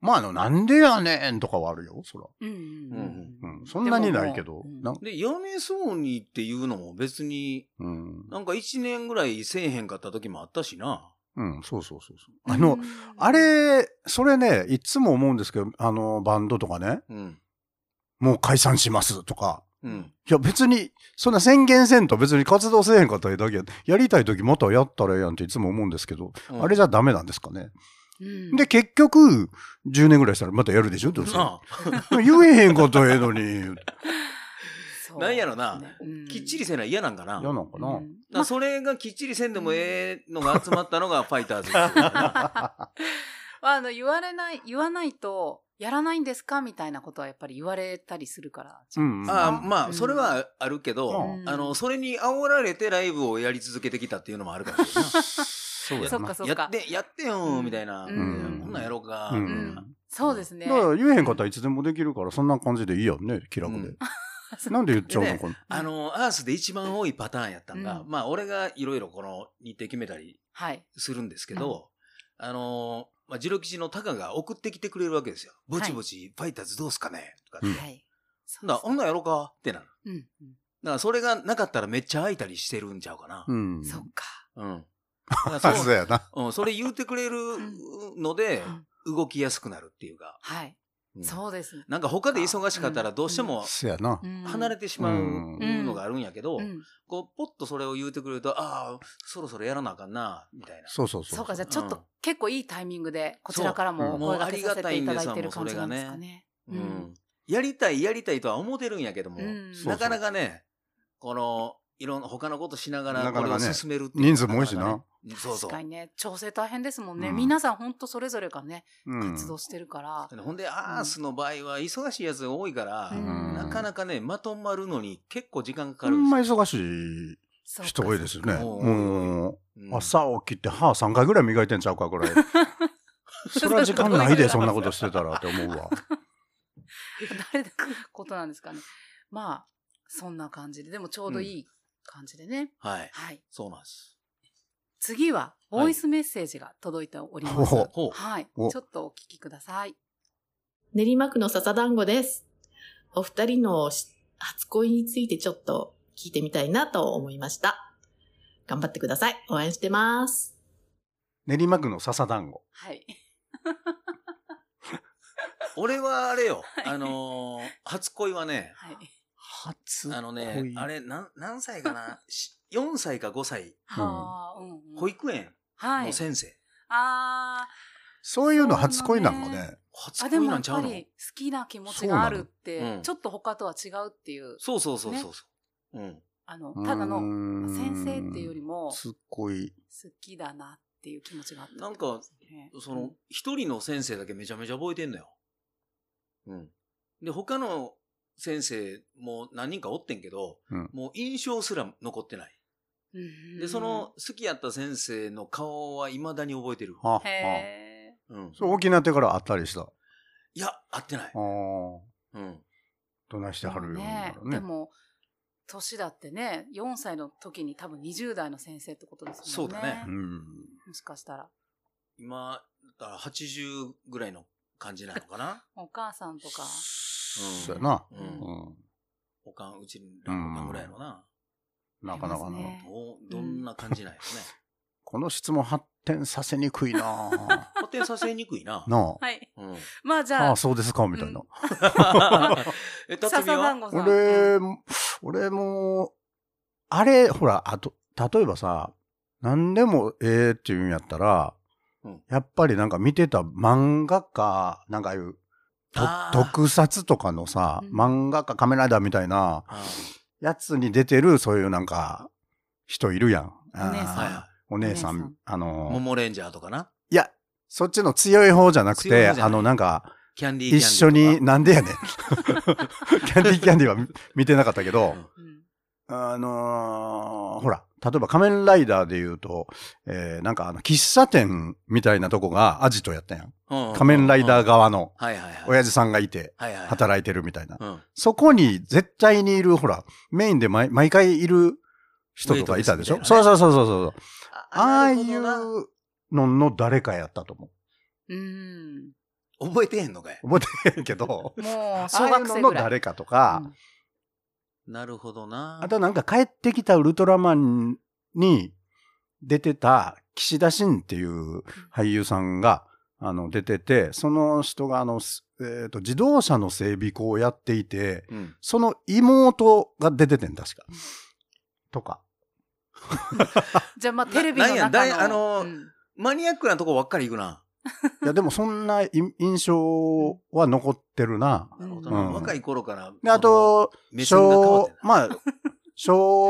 Speaker 2: まあ、あの、なんでやねんとかはあるよ、そら。
Speaker 1: うんうんう
Speaker 2: うん
Speaker 1: うん
Speaker 2: ん。そんなにないけ
Speaker 1: で
Speaker 2: ど
Speaker 1: も。もう
Speaker 2: な
Speaker 1: うん、
Speaker 3: で、やめそうにっていうのも別に、
Speaker 2: うん。
Speaker 3: なんか一年ぐらいせえへんかった時もあったしな。
Speaker 2: うん、そうそうそうそう。あの、、あれ、それね、いつも思うんですけど、あの、バンドとかね、
Speaker 3: うん。
Speaker 2: もう解散しますとか、
Speaker 3: うん。
Speaker 2: いや別に、そんな宣言せんと別に活動せえへんかったらだけや、やりたい時またやったらええやんっていつも思うんですけど、
Speaker 3: うん
Speaker 2: あれじゃダメなんですかね。
Speaker 1: うん、
Speaker 2: で、結局、10年ぐらいしたらまたやるでしょどうせ。
Speaker 3: な
Speaker 2: 言えへんことええのに。
Speaker 1: そう
Speaker 3: なんやろな
Speaker 1: ですねうん
Speaker 3: あきっちりせな嫌なんかな。
Speaker 2: 嫌なんかな。
Speaker 1: うん
Speaker 3: だからそれがきっちりせんでもええのが集まったのがファイターズですよね
Speaker 1: まああの、言われない、言わないと、やらないんですかみたいなことはやっぱり言われたりするから。
Speaker 2: うんうん
Speaker 3: あーまあ、それ
Speaker 1: うん
Speaker 3: はあるけど、
Speaker 1: うん
Speaker 3: あの、それに煽られてライブをやり続けてきたっていうのもあるからな。
Speaker 2: そうや
Speaker 1: そっ
Speaker 2: な。
Speaker 1: かそっ
Speaker 3: や
Speaker 1: か
Speaker 3: っ。て、やってよ、みたいな。
Speaker 1: うん
Speaker 3: こんなんやろうか。
Speaker 2: う
Speaker 1: うんんそうですね
Speaker 2: だ。から言えへんかったらいつでもできるから、そんな感じでいいやんね、気楽で。
Speaker 3: うん
Speaker 2: *laughs* なんで言っちゃうのかな。
Speaker 3: あの、アースで一番多いパターンやったんが、
Speaker 1: うん
Speaker 3: まあ、俺がいろいろこの日程決めたり
Speaker 1: *laughs* はい。
Speaker 3: するんですけど、あの、まあ、ジロ吉のタカが送ってきてくれるわけですよ。ぼちぼち、ファイターズどうすかねとか
Speaker 2: う
Speaker 3: っ
Speaker 2: ん
Speaker 3: て。
Speaker 1: はい。
Speaker 3: ほんなら、ほんなんやろうかってなる。
Speaker 1: うん。
Speaker 3: だから、それがなかったらめっちゃ空いたりしてるんちゃうかな
Speaker 2: う。ん。
Speaker 1: そっか。
Speaker 2: *laughs*
Speaker 3: うん。だから
Speaker 2: そう
Speaker 3: そ
Speaker 2: やな。
Speaker 3: ううん、それ言うてくれるので
Speaker 1: う、ん
Speaker 3: 動きやすくなるっていうか。
Speaker 1: はい。
Speaker 3: うん
Speaker 1: そうですね。
Speaker 3: なんか他で忙しかったらどうしても
Speaker 2: そやな。
Speaker 3: 離れ
Speaker 1: て
Speaker 3: てしまうのがあるんやけど、
Speaker 1: うん、
Speaker 3: こう、ポッとそれを言うてくれると、ああ、そろそろやらなあかんな、みたいな。
Speaker 2: そうそうそう。
Speaker 1: そうか、じゃあちょっ
Speaker 3: うん
Speaker 1: と結構いいタイミングで、こちらから
Speaker 2: そう
Speaker 1: もお
Speaker 3: もう
Speaker 1: 声掛けさせていただいてる
Speaker 3: あ
Speaker 1: 感
Speaker 3: り
Speaker 1: じ
Speaker 3: がた
Speaker 1: ない
Speaker 3: ん
Speaker 1: んですすか
Speaker 3: でわもうそれが
Speaker 1: ね。
Speaker 3: うんやりたい、やりたいとは思ってるんやけども、
Speaker 1: うんそうそう
Speaker 3: なかなかね、この、いろんな、他のことしながら、
Speaker 2: なか
Speaker 3: こ
Speaker 2: な
Speaker 3: れ
Speaker 2: か
Speaker 3: を
Speaker 2: ね
Speaker 3: 進めるっていうのは
Speaker 2: 人数も多いしな。
Speaker 3: うんそう
Speaker 1: 確
Speaker 3: そう
Speaker 1: か。にね、調整大変ですもんね。
Speaker 2: うん
Speaker 1: 皆さん本当それぞれがね、
Speaker 2: うん
Speaker 1: 活動してるから。
Speaker 3: ほんで、アースの場合は忙しいやつが多いから、
Speaker 1: うん
Speaker 3: なかなかね、まとまるのに結構時間かか
Speaker 2: ほ
Speaker 3: るん
Speaker 2: んま
Speaker 3: ですよ。
Speaker 2: 忙しい人多いですよね。
Speaker 3: そうか
Speaker 2: も
Speaker 3: う
Speaker 2: うん朝起きて歯3回ぐらい磨いてんちゃうか、 *laughs* これ。そりゃ時間ないで、そんなことしてたらって思うわ。
Speaker 1: そうか *laughs* 誰のことなんですかね。まあ、そんな感じで、でもちょうどいい感じでね。
Speaker 3: はい。
Speaker 1: はい。
Speaker 3: そうなんです。
Speaker 1: 次は、ボイスメッセージが届いております。
Speaker 2: ほう
Speaker 1: はい。ち
Speaker 2: お
Speaker 1: ょっとお聞きください。
Speaker 4: 練馬区の笹団子です。お二人のし初恋についてちょっと聞いてみたいなと思いました。頑張ってください。応援してます。
Speaker 2: *laughs* 練馬区の笹団子。
Speaker 1: はい。
Speaker 3: 俺はあれよ、あのー初恋はね、
Speaker 1: はい。
Speaker 2: 初
Speaker 3: あのね、あれ、なん何歳かなし ?4 歳か5歳、
Speaker 1: はあ、うんうん。
Speaker 3: 保育園
Speaker 1: は
Speaker 3: の
Speaker 1: い。
Speaker 3: 先生。
Speaker 1: あ
Speaker 2: そういうの初恋なんか
Speaker 1: そうな
Speaker 2: ね。
Speaker 1: ー
Speaker 3: 初
Speaker 1: あ、で
Speaker 3: 恋
Speaker 1: も
Speaker 3: な
Speaker 1: やっ
Speaker 3: んちゃう
Speaker 1: ぱ
Speaker 3: の
Speaker 1: り好きな気持ちがあるって、
Speaker 3: そうなのうん
Speaker 1: ちょっと他とは違うっていう、
Speaker 3: そうそうそうそうそう。うん。
Speaker 1: あの、ただの
Speaker 2: の
Speaker 1: 先生っていうよりも、好
Speaker 2: 初恋。
Speaker 1: きだなっていう気持ちがあったって
Speaker 3: なんか
Speaker 1: ことですね
Speaker 3: その、一人の先生だけめちゃめちゃ覚えてんのよ。うん。で、他の先生も何人かおってんけど、
Speaker 2: うん
Speaker 3: もう印象すら残ってない。
Speaker 1: うん
Speaker 3: で、その、、好きやった先生の顔は未だに覚えてる。
Speaker 2: あ、あ。
Speaker 1: へえ。
Speaker 3: うん。
Speaker 2: そう、大きな手からあったりした。あ
Speaker 3: いや、合ってない
Speaker 2: あ。。
Speaker 3: うん。
Speaker 2: どないしてはるようにな
Speaker 1: ね
Speaker 2: る
Speaker 1: で
Speaker 2: ね。
Speaker 1: も、年だってね、4歳の時に多分20代の先生ってことですもんね。
Speaker 3: そうだね
Speaker 2: う
Speaker 1: ね。
Speaker 2: ん。
Speaker 1: もしかしたら、
Speaker 3: 今、だから80ぐらいの感じなのかな
Speaker 1: お母さんとか、
Speaker 2: そうやな。
Speaker 3: う。
Speaker 2: うんん。
Speaker 3: おかん、うちらのおかんぐらいのな。
Speaker 2: なかなか
Speaker 1: あります
Speaker 2: な
Speaker 1: ね。
Speaker 3: どうどんな感じなんやろね。
Speaker 2: この質問発展させにくいな *laughs* あ
Speaker 3: 発展させにくいな。
Speaker 2: *laughs* なあ。
Speaker 1: はい。
Speaker 3: うん。
Speaker 1: まあじ
Speaker 2: あ
Speaker 1: ゃあ
Speaker 2: あ、、そうですか、みたいな。
Speaker 3: え、た
Speaker 1: 笹
Speaker 3: つみは
Speaker 1: 団子さん。
Speaker 2: 俺、俺も、あれ、ほら、あと、例えばさ、何でもええって言うんやったら、
Speaker 3: うん
Speaker 2: やっぱりなんか見てた漫画か、なんかああいう、と
Speaker 3: あー
Speaker 2: 特撮とかのさ、
Speaker 1: うん
Speaker 2: 漫画か仮面ライダーみたいな
Speaker 3: あ
Speaker 2: やつに出てる、そういうなんか、人いるやん。あー
Speaker 1: お姉さん
Speaker 3: はいは
Speaker 2: お姉さん。
Speaker 1: お姉さん
Speaker 2: あ
Speaker 3: い。
Speaker 2: の
Speaker 3: モモレンジャーとかな。
Speaker 2: いや、そっちの強い方じゃなく
Speaker 3: 強い
Speaker 2: て、
Speaker 3: 方じゃない
Speaker 2: あの、なんか、
Speaker 3: キャンディーキャン
Speaker 2: 一
Speaker 3: ディ
Speaker 2: 緒
Speaker 3: ー
Speaker 2: に、
Speaker 3: と
Speaker 2: なんでやねん。キ *laughs* ャンディーキャンディーは見見てなかったけど、
Speaker 3: うん
Speaker 1: うん
Speaker 2: あのーほら、例えば仮面ライダーで言うと、えー、なんかあの、喫茶店みたいなとこがアジトやったやん。
Speaker 3: かうんうん
Speaker 2: 仮面ライダー側の
Speaker 3: はいはいはい。
Speaker 2: 親父さんがいて
Speaker 3: はいはいはい。
Speaker 2: 働いてるみたいな。
Speaker 3: うん。
Speaker 2: そこに絶対にいる、ほら、メインで毎毎回いる人とかいたでし
Speaker 3: ウェ
Speaker 2: ょ
Speaker 3: イトレスみたい
Speaker 2: そ
Speaker 3: な
Speaker 2: うそうそうそうそう。ああ
Speaker 3: ないるほ
Speaker 2: う
Speaker 3: どな
Speaker 2: のの誰かやったと思。
Speaker 1: うん。、
Speaker 3: 覚えてへんのかいう
Speaker 2: 覚えてへんけど
Speaker 1: もう、
Speaker 2: ああ
Speaker 1: 小
Speaker 2: いう
Speaker 1: 学
Speaker 2: の
Speaker 1: 生
Speaker 2: の
Speaker 1: ぐらい。
Speaker 2: 誰かとか、
Speaker 1: うん
Speaker 3: なるほどな。
Speaker 2: あとなんか帰ってきたウルトラマンに出てた岸田真っていう俳優さんがあの出てて、その人があの、すえーと自動車の整備工をやっていて、
Speaker 3: うん。
Speaker 2: その妹が出ててん、確か。とか。
Speaker 1: じゃあ、まあ、テレビの
Speaker 3: なんやだい
Speaker 1: 中
Speaker 3: あの
Speaker 1: の。
Speaker 3: ー
Speaker 1: うん
Speaker 3: マニアックなとこばっかり行くな。
Speaker 2: いや、でもそんない印象は残ってるな。
Speaker 1: う
Speaker 3: なんるほどな
Speaker 2: うん
Speaker 3: 若い頃から。
Speaker 2: で、あと、
Speaker 3: その、目線が変わっ
Speaker 2: 小
Speaker 3: て、ない
Speaker 2: まあ、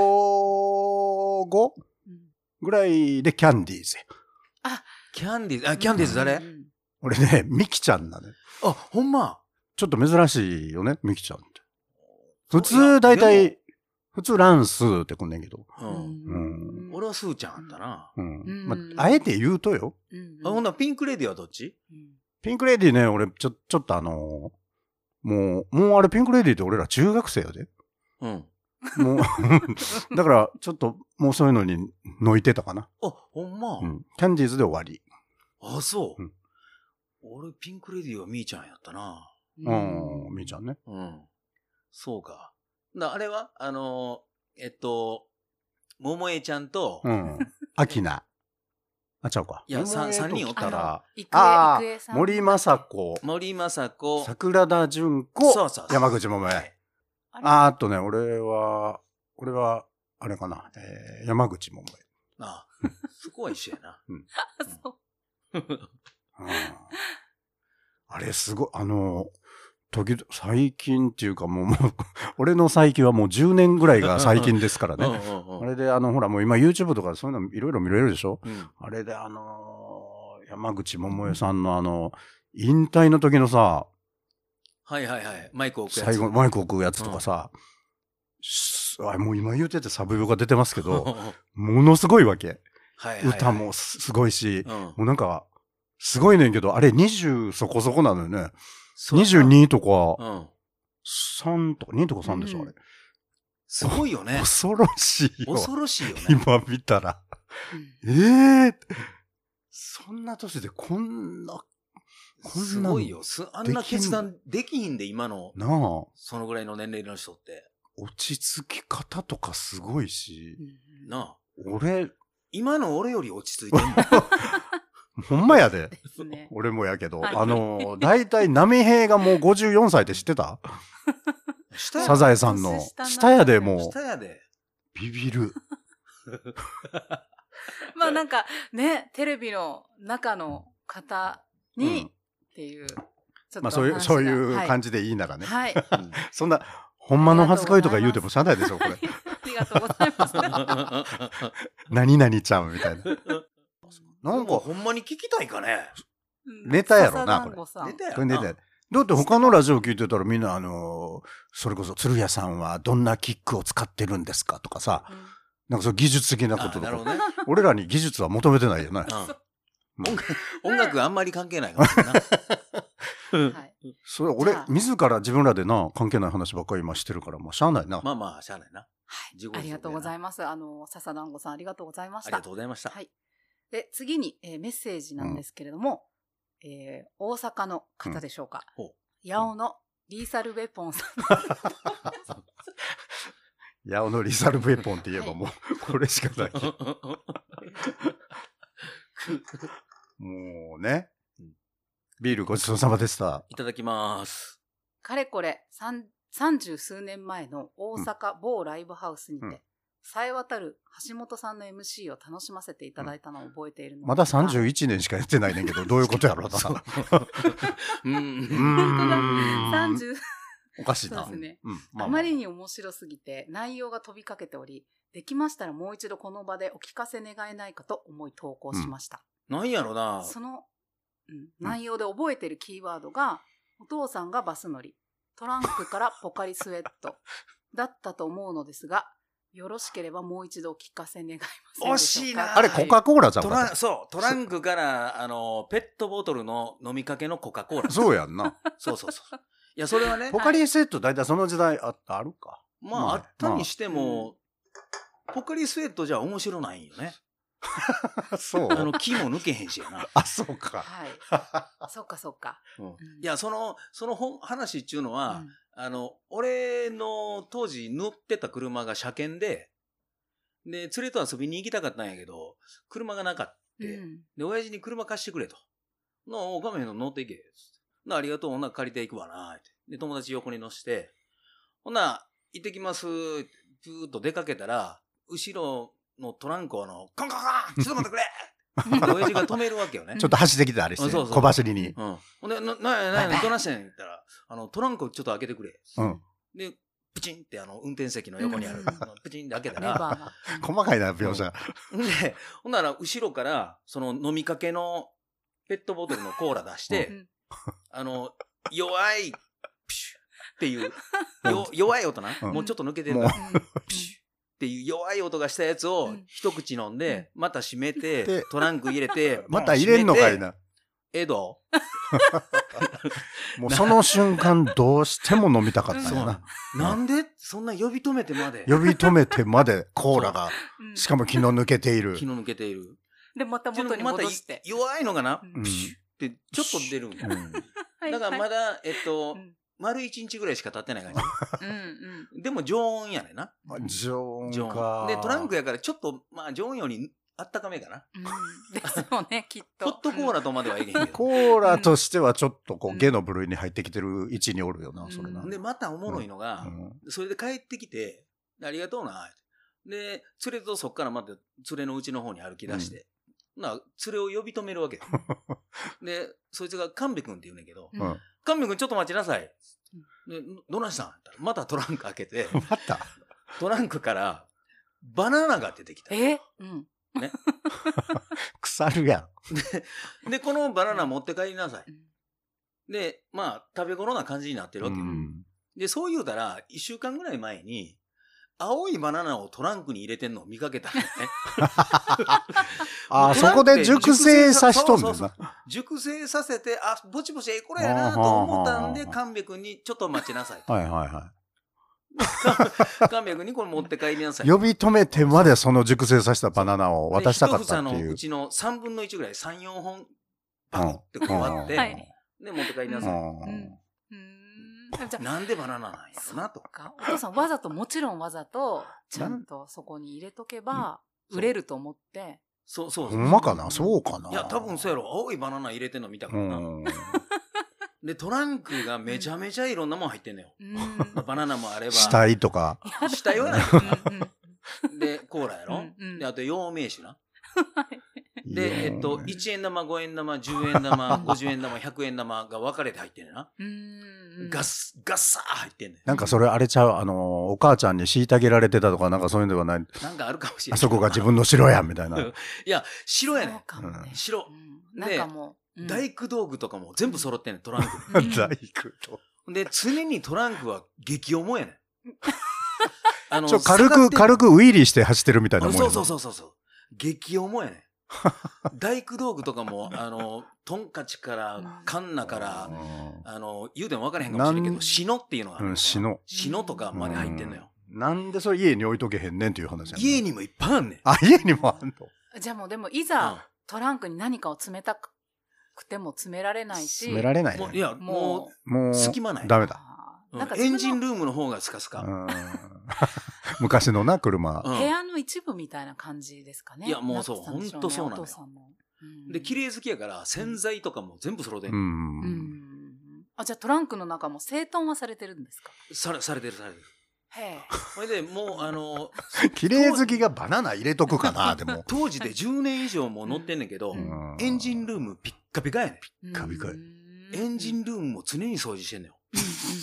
Speaker 2: 小 5?
Speaker 1: うん
Speaker 2: ぐらいでキャンディーズや。
Speaker 3: キャンディーズ、あ、キャンディーズ誰
Speaker 1: うん
Speaker 2: 俺ね、ミキちゃんなのよ
Speaker 3: あ、ほんま。
Speaker 2: ちょっと珍しいよね、ミキちゃんって。普通、大
Speaker 3: で
Speaker 2: 体、普通、ランスーってくんねんけど。
Speaker 3: も。うん。
Speaker 2: ん
Speaker 3: 俺はスーちゃんあったな。
Speaker 2: うん。
Speaker 1: うん
Speaker 2: まあ、あえて言うとよ。
Speaker 1: うん
Speaker 3: あほんならピンクレディはどっち
Speaker 1: うん
Speaker 2: ピンクレディーね、俺、ちょ、ちょっとあのーもう、もうあれ、ピンクレディーって俺ら中学生やで。
Speaker 3: うん。
Speaker 2: もう、 *laughs* だから、ちょっと、もうそういうのに、のいてたかな。
Speaker 3: あ、ほんま。
Speaker 2: うん。キャンディーズで終わり。
Speaker 3: あ、そう
Speaker 2: うん。
Speaker 3: 俺、ピンクレディはみーちゃんやったな。
Speaker 2: うん、みーちゃんね。
Speaker 3: うん。そうか。な、あれはあのー、えっと、ももえちゃんと、
Speaker 2: うん。アキナ。あ、ちゃうか。
Speaker 3: いやさん三人おっ
Speaker 2: ったら、
Speaker 1: 郁
Speaker 2: ああ
Speaker 1: 恵郁恵さん
Speaker 2: 森昌子、
Speaker 3: 森まさこ、
Speaker 2: 桜田淳
Speaker 3: そう
Speaker 2: 子、
Speaker 3: そうそう
Speaker 2: 山口百恵。
Speaker 1: あれ
Speaker 2: あーあとね、俺は、俺は、あれかな、えー、山口百恵。
Speaker 3: あそこは一緒
Speaker 2: *laughs*
Speaker 3: やな。
Speaker 1: あ *laughs* そう
Speaker 3: *laughs*
Speaker 2: うんあれすごい、あの、時々、最近っていうかもう、も *laughs* う俺の最近はもう10年ぐらい
Speaker 3: *laughs*
Speaker 2: が最近ですからね。
Speaker 3: うん
Speaker 2: あ
Speaker 3: うんうん
Speaker 2: れで、あの、ほら、もう今 YouTube とかそういうのいろいろ見れるでしょ
Speaker 3: うん。
Speaker 2: あれで、あのー山口百恵さんのあの、引退の時のさ、
Speaker 3: はいはいはい。マイクを置くやつ。
Speaker 2: 最後、マイクを置くやつとかさ、すあもう今言うててサブ病が出てますけど、ものすごいわけ。
Speaker 3: *laughs* はいはいはい
Speaker 2: *laughs* 歌もすすごいし、
Speaker 3: うん
Speaker 2: もうなんか、すごいねんけど、あれ20そこそこなのよね。
Speaker 3: そうやな
Speaker 2: 22とか、
Speaker 3: うん。
Speaker 2: 3とか、2とか3でしょ、
Speaker 1: うん
Speaker 2: あれ。
Speaker 3: すごい
Speaker 2: *laughs*
Speaker 3: よね。
Speaker 2: 恐ろしいよ。
Speaker 3: 恐ろしい
Speaker 2: *laughs*
Speaker 3: よね。
Speaker 2: 今見たら。
Speaker 1: うん
Speaker 2: ええー、そんな年でこんなこんなの
Speaker 3: すごいよ。すあんな
Speaker 2: できん
Speaker 3: 決断できひんで、今の、
Speaker 2: なあ
Speaker 3: そのぐらいの年齢の人って。
Speaker 2: 落ち着き方とかすごいし、
Speaker 3: なあ。
Speaker 2: 俺
Speaker 3: 今の俺より落ち着いて *laughs* るもん。
Speaker 2: ほんまやで
Speaker 1: ですね。
Speaker 2: 俺もやけど、
Speaker 1: はい
Speaker 2: あの大体波平がもう54歳って知ってた
Speaker 3: 下や
Speaker 2: サザエさんの
Speaker 1: 年下な
Speaker 2: 下やでも
Speaker 3: 下や *laughs* で。
Speaker 2: うビビる
Speaker 1: まあなんかね、テレビの中の方に、
Speaker 2: うん
Speaker 1: っていう、ちょっと
Speaker 2: まあそういうそういう感
Speaker 1: じ
Speaker 2: じでいいならね、
Speaker 1: はい。
Speaker 3: うん
Speaker 2: そんなほんまの恥ずかいとか言うてもしゃあないでしょこれ
Speaker 1: ありがとうござい
Speaker 2: *laughs*
Speaker 1: ます。
Speaker 2: 何々ちゃん
Speaker 1: *laughs*
Speaker 2: みたいななん
Speaker 3: でも
Speaker 2: か
Speaker 3: ほんまに聞きたいかね。
Speaker 2: ネタやろなこ
Speaker 1: れ
Speaker 2: れ
Speaker 3: 出たや
Speaker 2: これね
Speaker 3: な
Speaker 2: だって他のラジオ聞いてたらみんなあのそれこそ鶴谷さんはどんなキックを使ってるんですかとかさなんかそう技術的なこと
Speaker 3: あ
Speaker 2: と
Speaker 3: なるほ
Speaker 2: か
Speaker 3: どね。
Speaker 2: 俺らに技術は求めてないよね
Speaker 3: うん音楽音楽あんまり関係ないかもしれ *laughs* んな。うん
Speaker 1: はい。
Speaker 2: それ俺
Speaker 1: じゃあ
Speaker 2: 自ら自分らでな関係ない話ばっかり今してるからまあしゃあないな、
Speaker 3: まあまあ、しゃあないな。
Speaker 1: はい
Speaker 3: 自己紹介
Speaker 1: ありがとうございます。あの、笹団子さんありがとうございまし
Speaker 3: あり
Speaker 1: た。
Speaker 3: がとうございました。
Speaker 1: はい。で、次に、えーメッセージなんですけれども、えー大阪の方でしょうか。
Speaker 3: うんほ
Speaker 1: 八尾のリーサルウェポンさん。
Speaker 2: *laughs* ヤオのリサルベポンって言えばもう、これしか
Speaker 3: *laughs*
Speaker 2: ないもうね
Speaker 3: うん
Speaker 2: ビールごちそうさまでした
Speaker 3: いただきます。
Speaker 1: かれこれ三三十数年前の大阪某ライブハウスにて、
Speaker 2: うん
Speaker 1: さえ渡る橋本さんの MC を楽しませていただいたのを覚えているので
Speaker 2: まだ31年しかやってないねんけ
Speaker 3: *laughs*
Speaker 2: どどういうことやろうな
Speaker 3: う
Speaker 2: うー
Speaker 3: ん。
Speaker 2: ん
Speaker 1: 30
Speaker 2: おかしいな
Speaker 1: そうですね
Speaker 2: うんま
Speaker 1: あ
Speaker 2: あま
Speaker 1: ま
Speaker 2: あ
Speaker 1: りに面白すぎて内容が飛びかけておりできましたらもう一度この場でお聞かせ願えないかと思い投稿しました、
Speaker 3: なんやろな。
Speaker 1: その、うん、内容で覚えてるキーワードが、お父さんがバス乗り、トランクからポカリスエッ
Speaker 3: *laughs*
Speaker 1: トだったと思うのですが、よろしければもう一度お聞かせ願いますでょうか。
Speaker 3: 惜しいな
Speaker 2: あれコカ・コーラちゃう
Speaker 3: ト
Speaker 2: か
Speaker 3: ランそう、トランクから、あの、ペットボトルの飲みかけのコカ・コーラ。
Speaker 2: そうやん *laughs* な
Speaker 3: そうそうそう。いや、それはね
Speaker 2: ポ、カリセット大体その時代ああるか
Speaker 3: ま
Speaker 2: ま
Speaker 3: あ、
Speaker 2: あ
Speaker 3: あったにしても、ポカリスエットじゃ面白ないんよね。
Speaker 2: *laughs* そう
Speaker 3: あの、木も抜けへんしやな。
Speaker 2: あそうか
Speaker 1: はい。
Speaker 3: *laughs*
Speaker 1: そっかそっか。
Speaker 3: いや、その、その本話っていうのは、
Speaker 1: うん
Speaker 3: あの、俺の当時乗ってた車が車検で、で、連れと遊びに行きたかったんやけど、車がなかった。
Speaker 1: うん
Speaker 3: で、親父に車貸してくれと。なあ、おかめへんの乗っていけ。つってなあ、ありがとう。ほんなら借りていくわな。ってで、友達横に乗して、ほんなら、行ってきます。ってぷーっと出かけたら、後ろのトランクをあの、カンカンカンちょっと待ってくれって親父が止めるわけよ
Speaker 2: *laughs*
Speaker 3: ね
Speaker 2: ちょ。っと走ってきたりし
Speaker 3: あ
Speaker 2: て
Speaker 3: そうそう
Speaker 2: 小走りに
Speaker 3: うん。ほんで、な、なや、なや、どないしてん言ったら、あの、トランクちょっと開けてくれ。
Speaker 2: うん
Speaker 3: で、プチンってあの、運転席の横にある、
Speaker 1: うん
Speaker 3: あのプチンって開けた
Speaker 1: レバー
Speaker 3: ら、
Speaker 1: が。
Speaker 2: 細かいな描写
Speaker 3: ん *laughs* で、ほんなら後ろから、その飲みかけのペットボトルのコーラ出し
Speaker 1: う
Speaker 3: て、
Speaker 1: ん
Speaker 3: あの、弱い、プシュっていう、よ弱い音な、
Speaker 2: うん
Speaker 3: もうちょっと抜けてる
Speaker 2: もう
Speaker 3: から、プシュっていう弱い音がしたやつ
Speaker 1: う
Speaker 3: を
Speaker 1: ん
Speaker 3: 一口飲んで、また閉めて
Speaker 2: で、
Speaker 3: トランク入れて、
Speaker 2: *laughs* また入れんのかいな
Speaker 3: エド。
Speaker 2: もうその瞬間どうしても飲みたかったん
Speaker 3: そう
Speaker 2: や
Speaker 3: な
Speaker 2: な。
Speaker 3: のなんでそんな呼び止めてまで
Speaker 2: 呼び止めてま
Speaker 3: *laughs*
Speaker 2: でコーラが、
Speaker 1: うんうん
Speaker 2: しかも気の抜けている
Speaker 3: 気。の抜けている。
Speaker 1: で、また元に
Speaker 3: また
Speaker 1: 戻して。
Speaker 3: 弱いのかな
Speaker 1: うん
Speaker 2: うん
Speaker 3: プシュってちょっと出るんだ。
Speaker 2: うん
Speaker 1: はい
Speaker 3: だからま
Speaker 1: はい
Speaker 3: だ、えっと
Speaker 1: う、ん
Speaker 3: 丸一日ぐらいしか経ってない感
Speaker 1: うんうん
Speaker 3: じ。でも常温やねんな。
Speaker 2: まあ常温
Speaker 3: 常
Speaker 2: か
Speaker 3: 温。。で、トランクやからちょっと、まあ常温よりあったかめかな。
Speaker 1: うんですよね、きっと。
Speaker 3: ホットコーラとまではいけへん
Speaker 2: *laughs*
Speaker 3: けど。
Speaker 2: コーラとしてはちょっとこ
Speaker 1: う
Speaker 2: うん下の部類に入ってきてる位置におるよな、それな。
Speaker 1: うん
Speaker 3: で、またおもろいのが
Speaker 2: う、ん
Speaker 3: それで帰ってきて、ありがとうな。で、連れとそっからまた連れのうちの方に歩き出して、な、連れを呼び止めるわけよ。で、そいつが神戸君って言うねんけど、
Speaker 1: うん。
Speaker 2: うん
Speaker 3: 神戸君ちょっと待ちなさい。で、どないしたんまたトランク開けて、
Speaker 2: また、
Speaker 3: トランクからバナナが出てきた。
Speaker 1: えうん。
Speaker 2: 腐るやん。
Speaker 3: で、このバナナ持って帰りなさ
Speaker 1: う
Speaker 3: い。
Speaker 1: ん
Speaker 3: で、まあ、食べ頃な感じになってる
Speaker 2: う
Speaker 3: わけよ。
Speaker 2: ん
Speaker 3: で、そう言うたら、一週間ぐらい前に、青いバナナをトランクに入れてんのを見かけたん
Speaker 2: *laughs*
Speaker 3: だよね。
Speaker 2: ああ、
Speaker 3: ト
Speaker 2: そ
Speaker 3: ランク
Speaker 2: こで熟成さしとんねん
Speaker 3: そう
Speaker 2: な
Speaker 3: そ。熟成させて、あ、ぼちぼちええ頃やなと思ったんで、神戸君にちょっと待ちなさいと。
Speaker 2: はいはいは
Speaker 3: 神戸君にこれ持って帰りなさい
Speaker 2: い。。呼び止めてまでその熟成させたバナナを渡したかったって
Speaker 3: で
Speaker 2: い
Speaker 3: 一房の
Speaker 2: う
Speaker 3: う。ちの3分の1ぐらい、3、4本、パコってこう割っ
Speaker 2: うん
Speaker 1: は
Speaker 3: て、
Speaker 1: い
Speaker 3: で、持って帰りな
Speaker 2: あ
Speaker 3: さい。
Speaker 2: ー
Speaker 1: うんうんじゃあ
Speaker 3: なんでバナナなんやろなと。
Speaker 1: かお父さんわざともちろんわざ
Speaker 3: *laughs*
Speaker 1: とちゃんとそこに入れとけば
Speaker 3: うん
Speaker 1: 売れると思って
Speaker 3: そうそう
Speaker 2: ほ
Speaker 3: そうん
Speaker 2: まかなそうかない
Speaker 3: や、多分そうやろ。青いバナナ入れてんの見たか
Speaker 2: う
Speaker 3: らな。
Speaker 2: ん。
Speaker 3: で、トランクがめちゃめちゃいろんなもん入ってんのよ。
Speaker 1: うん
Speaker 3: バナナもあれば。
Speaker 2: 死体とか。
Speaker 3: 死体
Speaker 2: *laughs*
Speaker 3: はない
Speaker 1: うんうん
Speaker 3: で、コーラやろ。
Speaker 1: うんうん
Speaker 3: で、あと、陽明酒な。
Speaker 2: いや
Speaker 3: で、えっと、1円玉、5円玉、10円玉、50
Speaker 2: *laughs*
Speaker 3: 円玉、100円玉が分かれて入ってんねんな。
Speaker 1: うん
Speaker 3: *laughs* ガッス、ガッサー入ってんねん。
Speaker 2: なんかそれあれちゃう、あの、お母ちゃんに虐げられてたとか、なんかそういうのではない。
Speaker 3: なんかあるかもしれ
Speaker 2: あ
Speaker 3: ない。
Speaker 2: そこが自分の城や、みたいな。
Speaker 3: うんいや、白やね。
Speaker 1: そうんかもね
Speaker 3: 白
Speaker 1: う。んなんかもううん
Speaker 3: 大工道具とかも全部揃ってんねん、トランクに。
Speaker 1: う
Speaker 2: *laughs*
Speaker 1: ん
Speaker 2: *laughs* 大工と。
Speaker 3: で、常にトランクは激
Speaker 2: *laughs*
Speaker 3: 重やねん。あの
Speaker 2: ちょ軽
Speaker 3: 下がっ
Speaker 2: く、
Speaker 3: て
Speaker 2: 軽くウィリーして走ってるみたいなもんや
Speaker 3: そ
Speaker 2: な
Speaker 3: うそうそうそうそう。激重
Speaker 2: *laughs*
Speaker 3: やねん。大工道具とかも、あの、トンカチから、カンナから、あの、言うても分からへんかもしれんけ
Speaker 2: な
Speaker 3: ど、
Speaker 2: ん
Speaker 3: シノっていうのがあ
Speaker 2: う
Speaker 3: る。
Speaker 2: ん、死。の。
Speaker 3: シノとかまで入ってんのよ。
Speaker 2: なんでそれ家に置いとけへんねんっていう話やな
Speaker 3: 家にもいっぱいあんねん。
Speaker 2: あ、家にもあんの
Speaker 1: じゃあもうでもい
Speaker 3: うん
Speaker 1: ざトランクに何かを詰めたくても詰められないし
Speaker 2: 詰められない
Speaker 3: もうい
Speaker 2: ね。
Speaker 3: や、も
Speaker 2: もう、
Speaker 3: う、隙間ない。
Speaker 2: ダメだ。
Speaker 1: あー
Speaker 3: うん
Speaker 1: なんか
Speaker 3: エ
Speaker 1: 自分
Speaker 3: ンジ
Speaker 1: の
Speaker 3: ンルームの方がスカスカ。
Speaker 2: うん *laughs* 昔のな、車。
Speaker 3: うん
Speaker 1: 部屋の一部みたいな感じですかね。
Speaker 3: いやもうそう
Speaker 1: 夏さんでしょ
Speaker 3: ほんとそうなのよ
Speaker 1: お父さんもうん
Speaker 3: で、綺麗好きやから、洗剤とかも全部揃ってん
Speaker 2: う。
Speaker 3: の
Speaker 1: うんん。あ、じゃあトランクの中も整頓はされてるんですか
Speaker 3: され、されてる、されてる。
Speaker 1: へ
Speaker 3: ほいで、もう、あの、
Speaker 2: 綺麗好きがバナナ入れとくかな、でも。
Speaker 3: 当時で10年以上もう乗ってんねんけど
Speaker 1: う、ん
Speaker 3: エンジンルームピッカピカやね
Speaker 1: え。
Speaker 2: カビカビ
Speaker 1: うん
Speaker 3: ん。エンジンルームも常に掃除してんのよ。
Speaker 1: うんうんうん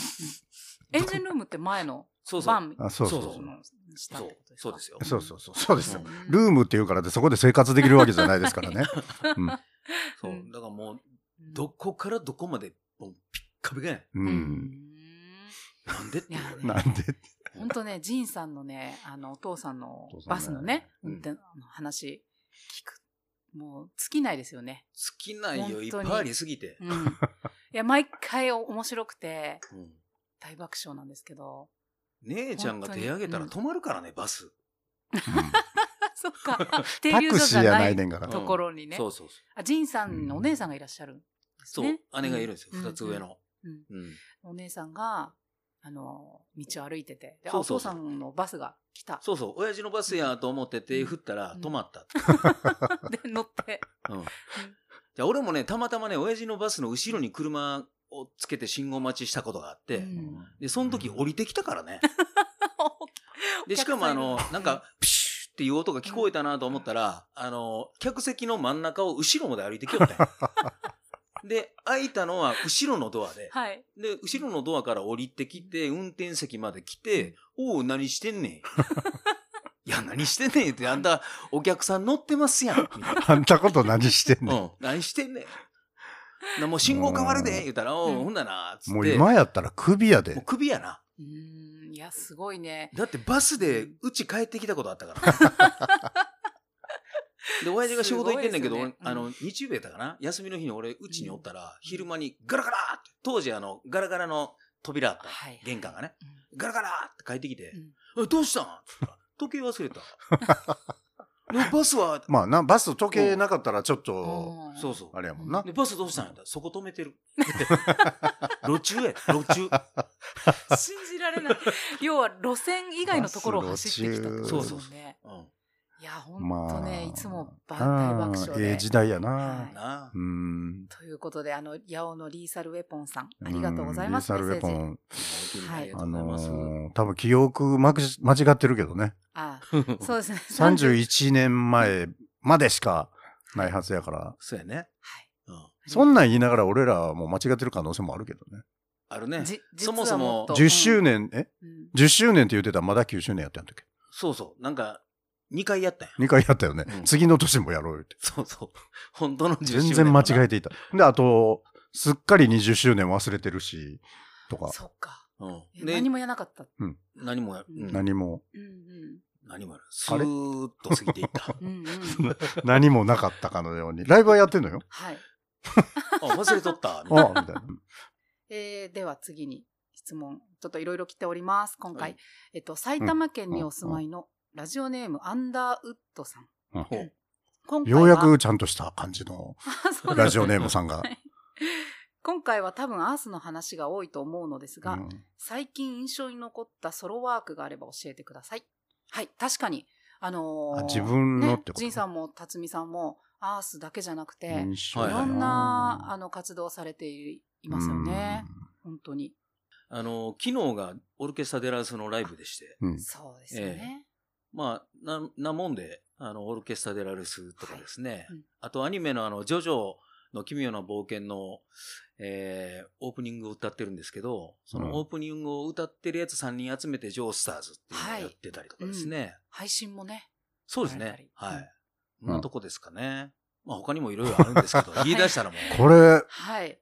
Speaker 1: エンジンルームって前の
Speaker 3: そうそう。
Speaker 1: バン
Speaker 2: あ、そうそう
Speaker 3: そ
Speaker 2: そ
Speaker 3: うそうう。
Speaker 1: の下って
Speaker 3: そ
Speaker 1: こ
Speaker 3: う
Speaker 1: とですか。
Speaker 3: そうですよ。
Speaker 2: そうそうそう。そうですよ
Speaker 3: うん
Speaker 2: ルームっていうからでそこで生活できるわけじゃないですか
Speaker 1: *laughs*
Speaker 2: らね。
Speaker 3: そう
Speaker 1: うん。
Speaker 3: だからもう、
Speaker 1: ム
Speaker 3: どこからどこまで、もうピッカピカやね
Speaker 2: うん。
Speaker 3: ん。なんでって
Speaker 1: い
Speaker 3: い
Speaker 1: や
Speaker 3: う。
Speaker 2: なんで
Speaker 1: 本当ね、ジンさんのね、あの、お父さんの
Speaker 2: お父さんね
Speaker 1: バスのね、
Speaker 3: うん
Speaker 1: 運転の話聞く。もう、尽きないですよね。
Speaker 3: 好きないよ、い
Speaker 1: 本
Speaker 3: っ
Speaker 1: 当に
Speaker 3: ぱいありすぎ
Speaker 2: *laughs*
Speaker 3: て。
Speaker 1: うん。いや、毎回お面白くて、
Speaker 3: うん
Speaker 1: 大爆笑なんですけ
Speaker 3: *laughs*
Speaker 1: ど。
Speaker 3: 姉ちゃんが手上げたら
Speaker 1: 本
Speaker 3: 止まるからね、バス。
Speaker 1: あ、 *laughs* そっか。停
Speaker 2: タ
Speaker 1: 留
Speaker 2: ク
Speaker 1: 所
Speaker 2: シ
Speaker 1: じ
Speaker 2: ー
Speaker 1: ゃ
Speaker 2: や
Speaker 1: な
Speaker 2: ない
Speaker 1: い
Speaker 2: ね
Speaker 1: *laughs*
Speaker 2: んから。
Speaker 1: ところにね
Speaker 3: そ。うそうそう。
Speaker 1: あ、ジンさんのお姉さんがいらっしゃるんです
Speaker 3: そう
Speaker 1: ね。、
Speaker 3: 姉がいるんですよ、
Speaker 1: うん
Speaker 3: 二つ上の。
Speaker 1: うん
Speaker 3: うん。
Speaker 1: お姉さんが、あの、道を歩いてて、であ
Speaker 3: そ
Speaker 1: お
Speaker 3: う
Speaker 1: 父
Speaker 3: そうそう
Speaker 1: さんのバスが来た。
Speaker 3: そうそう、親父のバスやと思って手振ったら
Speaker 1: うん
Speaker 3: 止まったって。
Speaker 1: *laughs* で、乗って。
Speaker 3: うん。じゃあ俺もね、たまたまね、親父のバスの後ろに車をつけて信号待ちしたことがあって、
Speaker 1: うん
Speaker 3: で、その時降りてきたか
Speaker 1: *laughs*
Speaker 3: らね。
Speaker 1: お
Speaker 3: で、
Speaker 1: 客さん
Speaker 3: しかもあの
Speaker 1: いる、
Speaker 3: なんか、ピシューっていう音が聞こえたなと思ったら、あの、客席の真ん中を後ろまで歩いてきよ
Speaker 1: *laughs*
Speaker 3: ったんやで、開いたのは後ろのドアで、
Speaker 1: はい。
Speaker 3: で、後ろのドアから降りてきて、運転席まで来て、おう、何してん *laughs* ねん。いや、何してんねんって、あんた、お客さん乗ってますやん。みたいな
Speaker 2: あんたこと何してん
Speaker 3: う
Speaker 2: の
Speaker 3: ん、何してんねん。なもう信号変わるで、言うたら、おう
Speaker 1: うん
Speaker 3: ほんだな、つって。
Speaker 2: もう今やったら首や
Speaker 3: もう
Speaker 2: で。
Speaker 3: 首やな。
Speaker 1: うーん、いや、すごいね。
Speaker 3: だってバスで、うち帰ってきたことあったから。で、親父が仕事行ってんねんけど、
Speaker 1: すごいですよねうん
Speaker 3: あの、日曜日やったかな休みの日に俺、うちにおったら、昼間にガラガラって、当時あの、ガラガラの扉あった。
Speaker 1: はい
Speaker 3: 玄関がね。
Speaker 1: うん
Speaker 3: ガラガラって帰ってきて、
Speaker 1: う
Speaker 3: えどうしたんって言ったら時計忘れた。 *laughs* でバスは、
Speaker 2: まあな、バス時計なかったらちょっと、
Speaker 1: うん
Speaker 3: そうそう
Speaker 2: あ。れやもんな
Speaker 3: で、。バスどうしたんやったらそこ止めてる。 *laughs* 路中や、路
Speaker 2: *laughs*
Speaker 3: 中。
Speaker 1: 信じられ
Speaker 3: *laughs*
Speaker 1: ない。要は路線以外のところを走ってきたってことですもんね
Speaker 3: バス路うん。
Speaker 1: いや、ほんと
Speaker 2: ま
Speaker 1: ね、
Speaker 2: あ。
Speaker 1: いつもば大
Speaker 2: あ
Speaker 1: 爆
Speaker 2: あ
Speaker 1: 笑
Speaker 2: え
Speaker 1: で。
Speaker 2: え時代や
Speaker 1: は。
Speaker 2: ない
Speaker 3: なあ
Speaker 2: う。ん。
Speaker 1: ということで、あの、ヤオのリーサルウェポンさん、ありがとうございます。
Speaker 2: うん
Speaker 1: メ
Speaker 2: リーサルウ
Speaker 1: ッセ
Speaker 2: ェポ
Speaker 1: ージ。
Speaker 2: ン。
Speaker 1: はい
Speaker 3: ありがと
Speaker 2: あ
Speaker 3: うございます。
Speaker 2: のー、多分記憶まくし間違ってるけどね。
Speaker 1: ああそうです
Speaker 3: *laughs*
Speaker 1: ね。30
Speaker 2: 31年前までしかないはずやから。
Speaker 3: そうやね。
Speaker 1: はい
Speaker 3: うん。
Speaker 2: そんなん言いながら俺らも間違ってる可能性もあるけどね。
Speaker 3: あるね。
Speaker 1: じ
Speaker 3: そもそ
Speaker 1: 実は
Speaker 3: も
Speaker 1: っと
Speaker 2: 10周年、え
Speaker 1: うん
Speaker 2: 10周年って言ってたらまだ9周年やったんだっけ
Speaker 3: そうそう。なんか、2回やったんや。
Speaker 2: 2回やったよね、
Speaker 3: うん
Speaker 2: 次の年もやろうよって
Speaker 3: そうそう。本当の10周
Speaker 2: 全
Speaker 3: 年
Speaker 2: 然間違
Speaker 3: え。
Speaker 2: えていたであとすっかり20周年忘れてるしとか
Speaker 1: そっか。
Speaker 3: うん。で
Speaker 1: 何、もやなかった。
Speaker 3: 何もや、うん
Speaker 2: 何も
Speaker 1: うんうん
Speaker 3: 何もやる。スーッと過ぎて
Speaker 2: *laughs*
Speaker 3: いった。
Speaker 1: うんうん。
Speaker 2: 何もなかったかのようにライブはやってん
Speaker 1: *laughs*
Speaker 2: のよ
Speaker 1: はい。
Speaker 3: あ、忘れとった。みたい
Speaker 2: あみ
Speaker 3: な
Speaker 2: たいな
Speaker 1: えーでは次に質問ちょっといろいろ来ております今回、
Speaker 3: はい
Speaker 1: えっと、埼玉県にお住まいのラジオネームアンダーウッドさん
Speaker 3: ほう
Speaker 1: 今回は
Speaker 2: *laughs* ようやくちゃんとした感じの
Speaker 1: あそうです
Speaker 2: ラジオネームさんが
Speaker 1: はい今回は多分アースの話が多いと思うのですが、
Speaker 2: うん
Speaker 1: 最近印象に残ったソロワークがあれば教えてください。はい、確かに。あのー
Speaker 2: あ自分のってこと
Speaker 1: ね、ジンさんも辰巳さんも、アースだけじゃなくて、い
Speaker 2: 印象だ
Speaker 1: ろんな、あの、活動をされていますよね。。本当に。
Speaker 3: あの、昨日がオルケスタ・デ・ラウスのライブでして、
Speaker 2: うんうん
Speaker 1: そうですよね。
Speaker 3: まあ、な、なもんで、あの、オルケスタ・デ・ラルスとかですね、
Speaker 1: うん
Speaker 3: あとアニメのあの、ジョジョの奇妙な冒険の、えー、オープニングを歌ってるんですけど、そ
Speaker 2: うん
Speaker 3: のオープニングを歌ってるやつ3人集めて、ジョースターズっていうのをやってたりとかですね。
Speaker 1: 配信もね。
Speaker 3: そうです
Speaker 1: やられ
Speaker 3: ね。
Speaker 1: たり
Speaker 3: は
Speaker 1: うん
Speaker 3: い。こんなとこですかね。まあ他にもいろいろあるんですけど、
Speaker 2: *laughs*
Speaker 3: 言い出したらもう。
Speaker 2: これ、
Speaker 1: はい。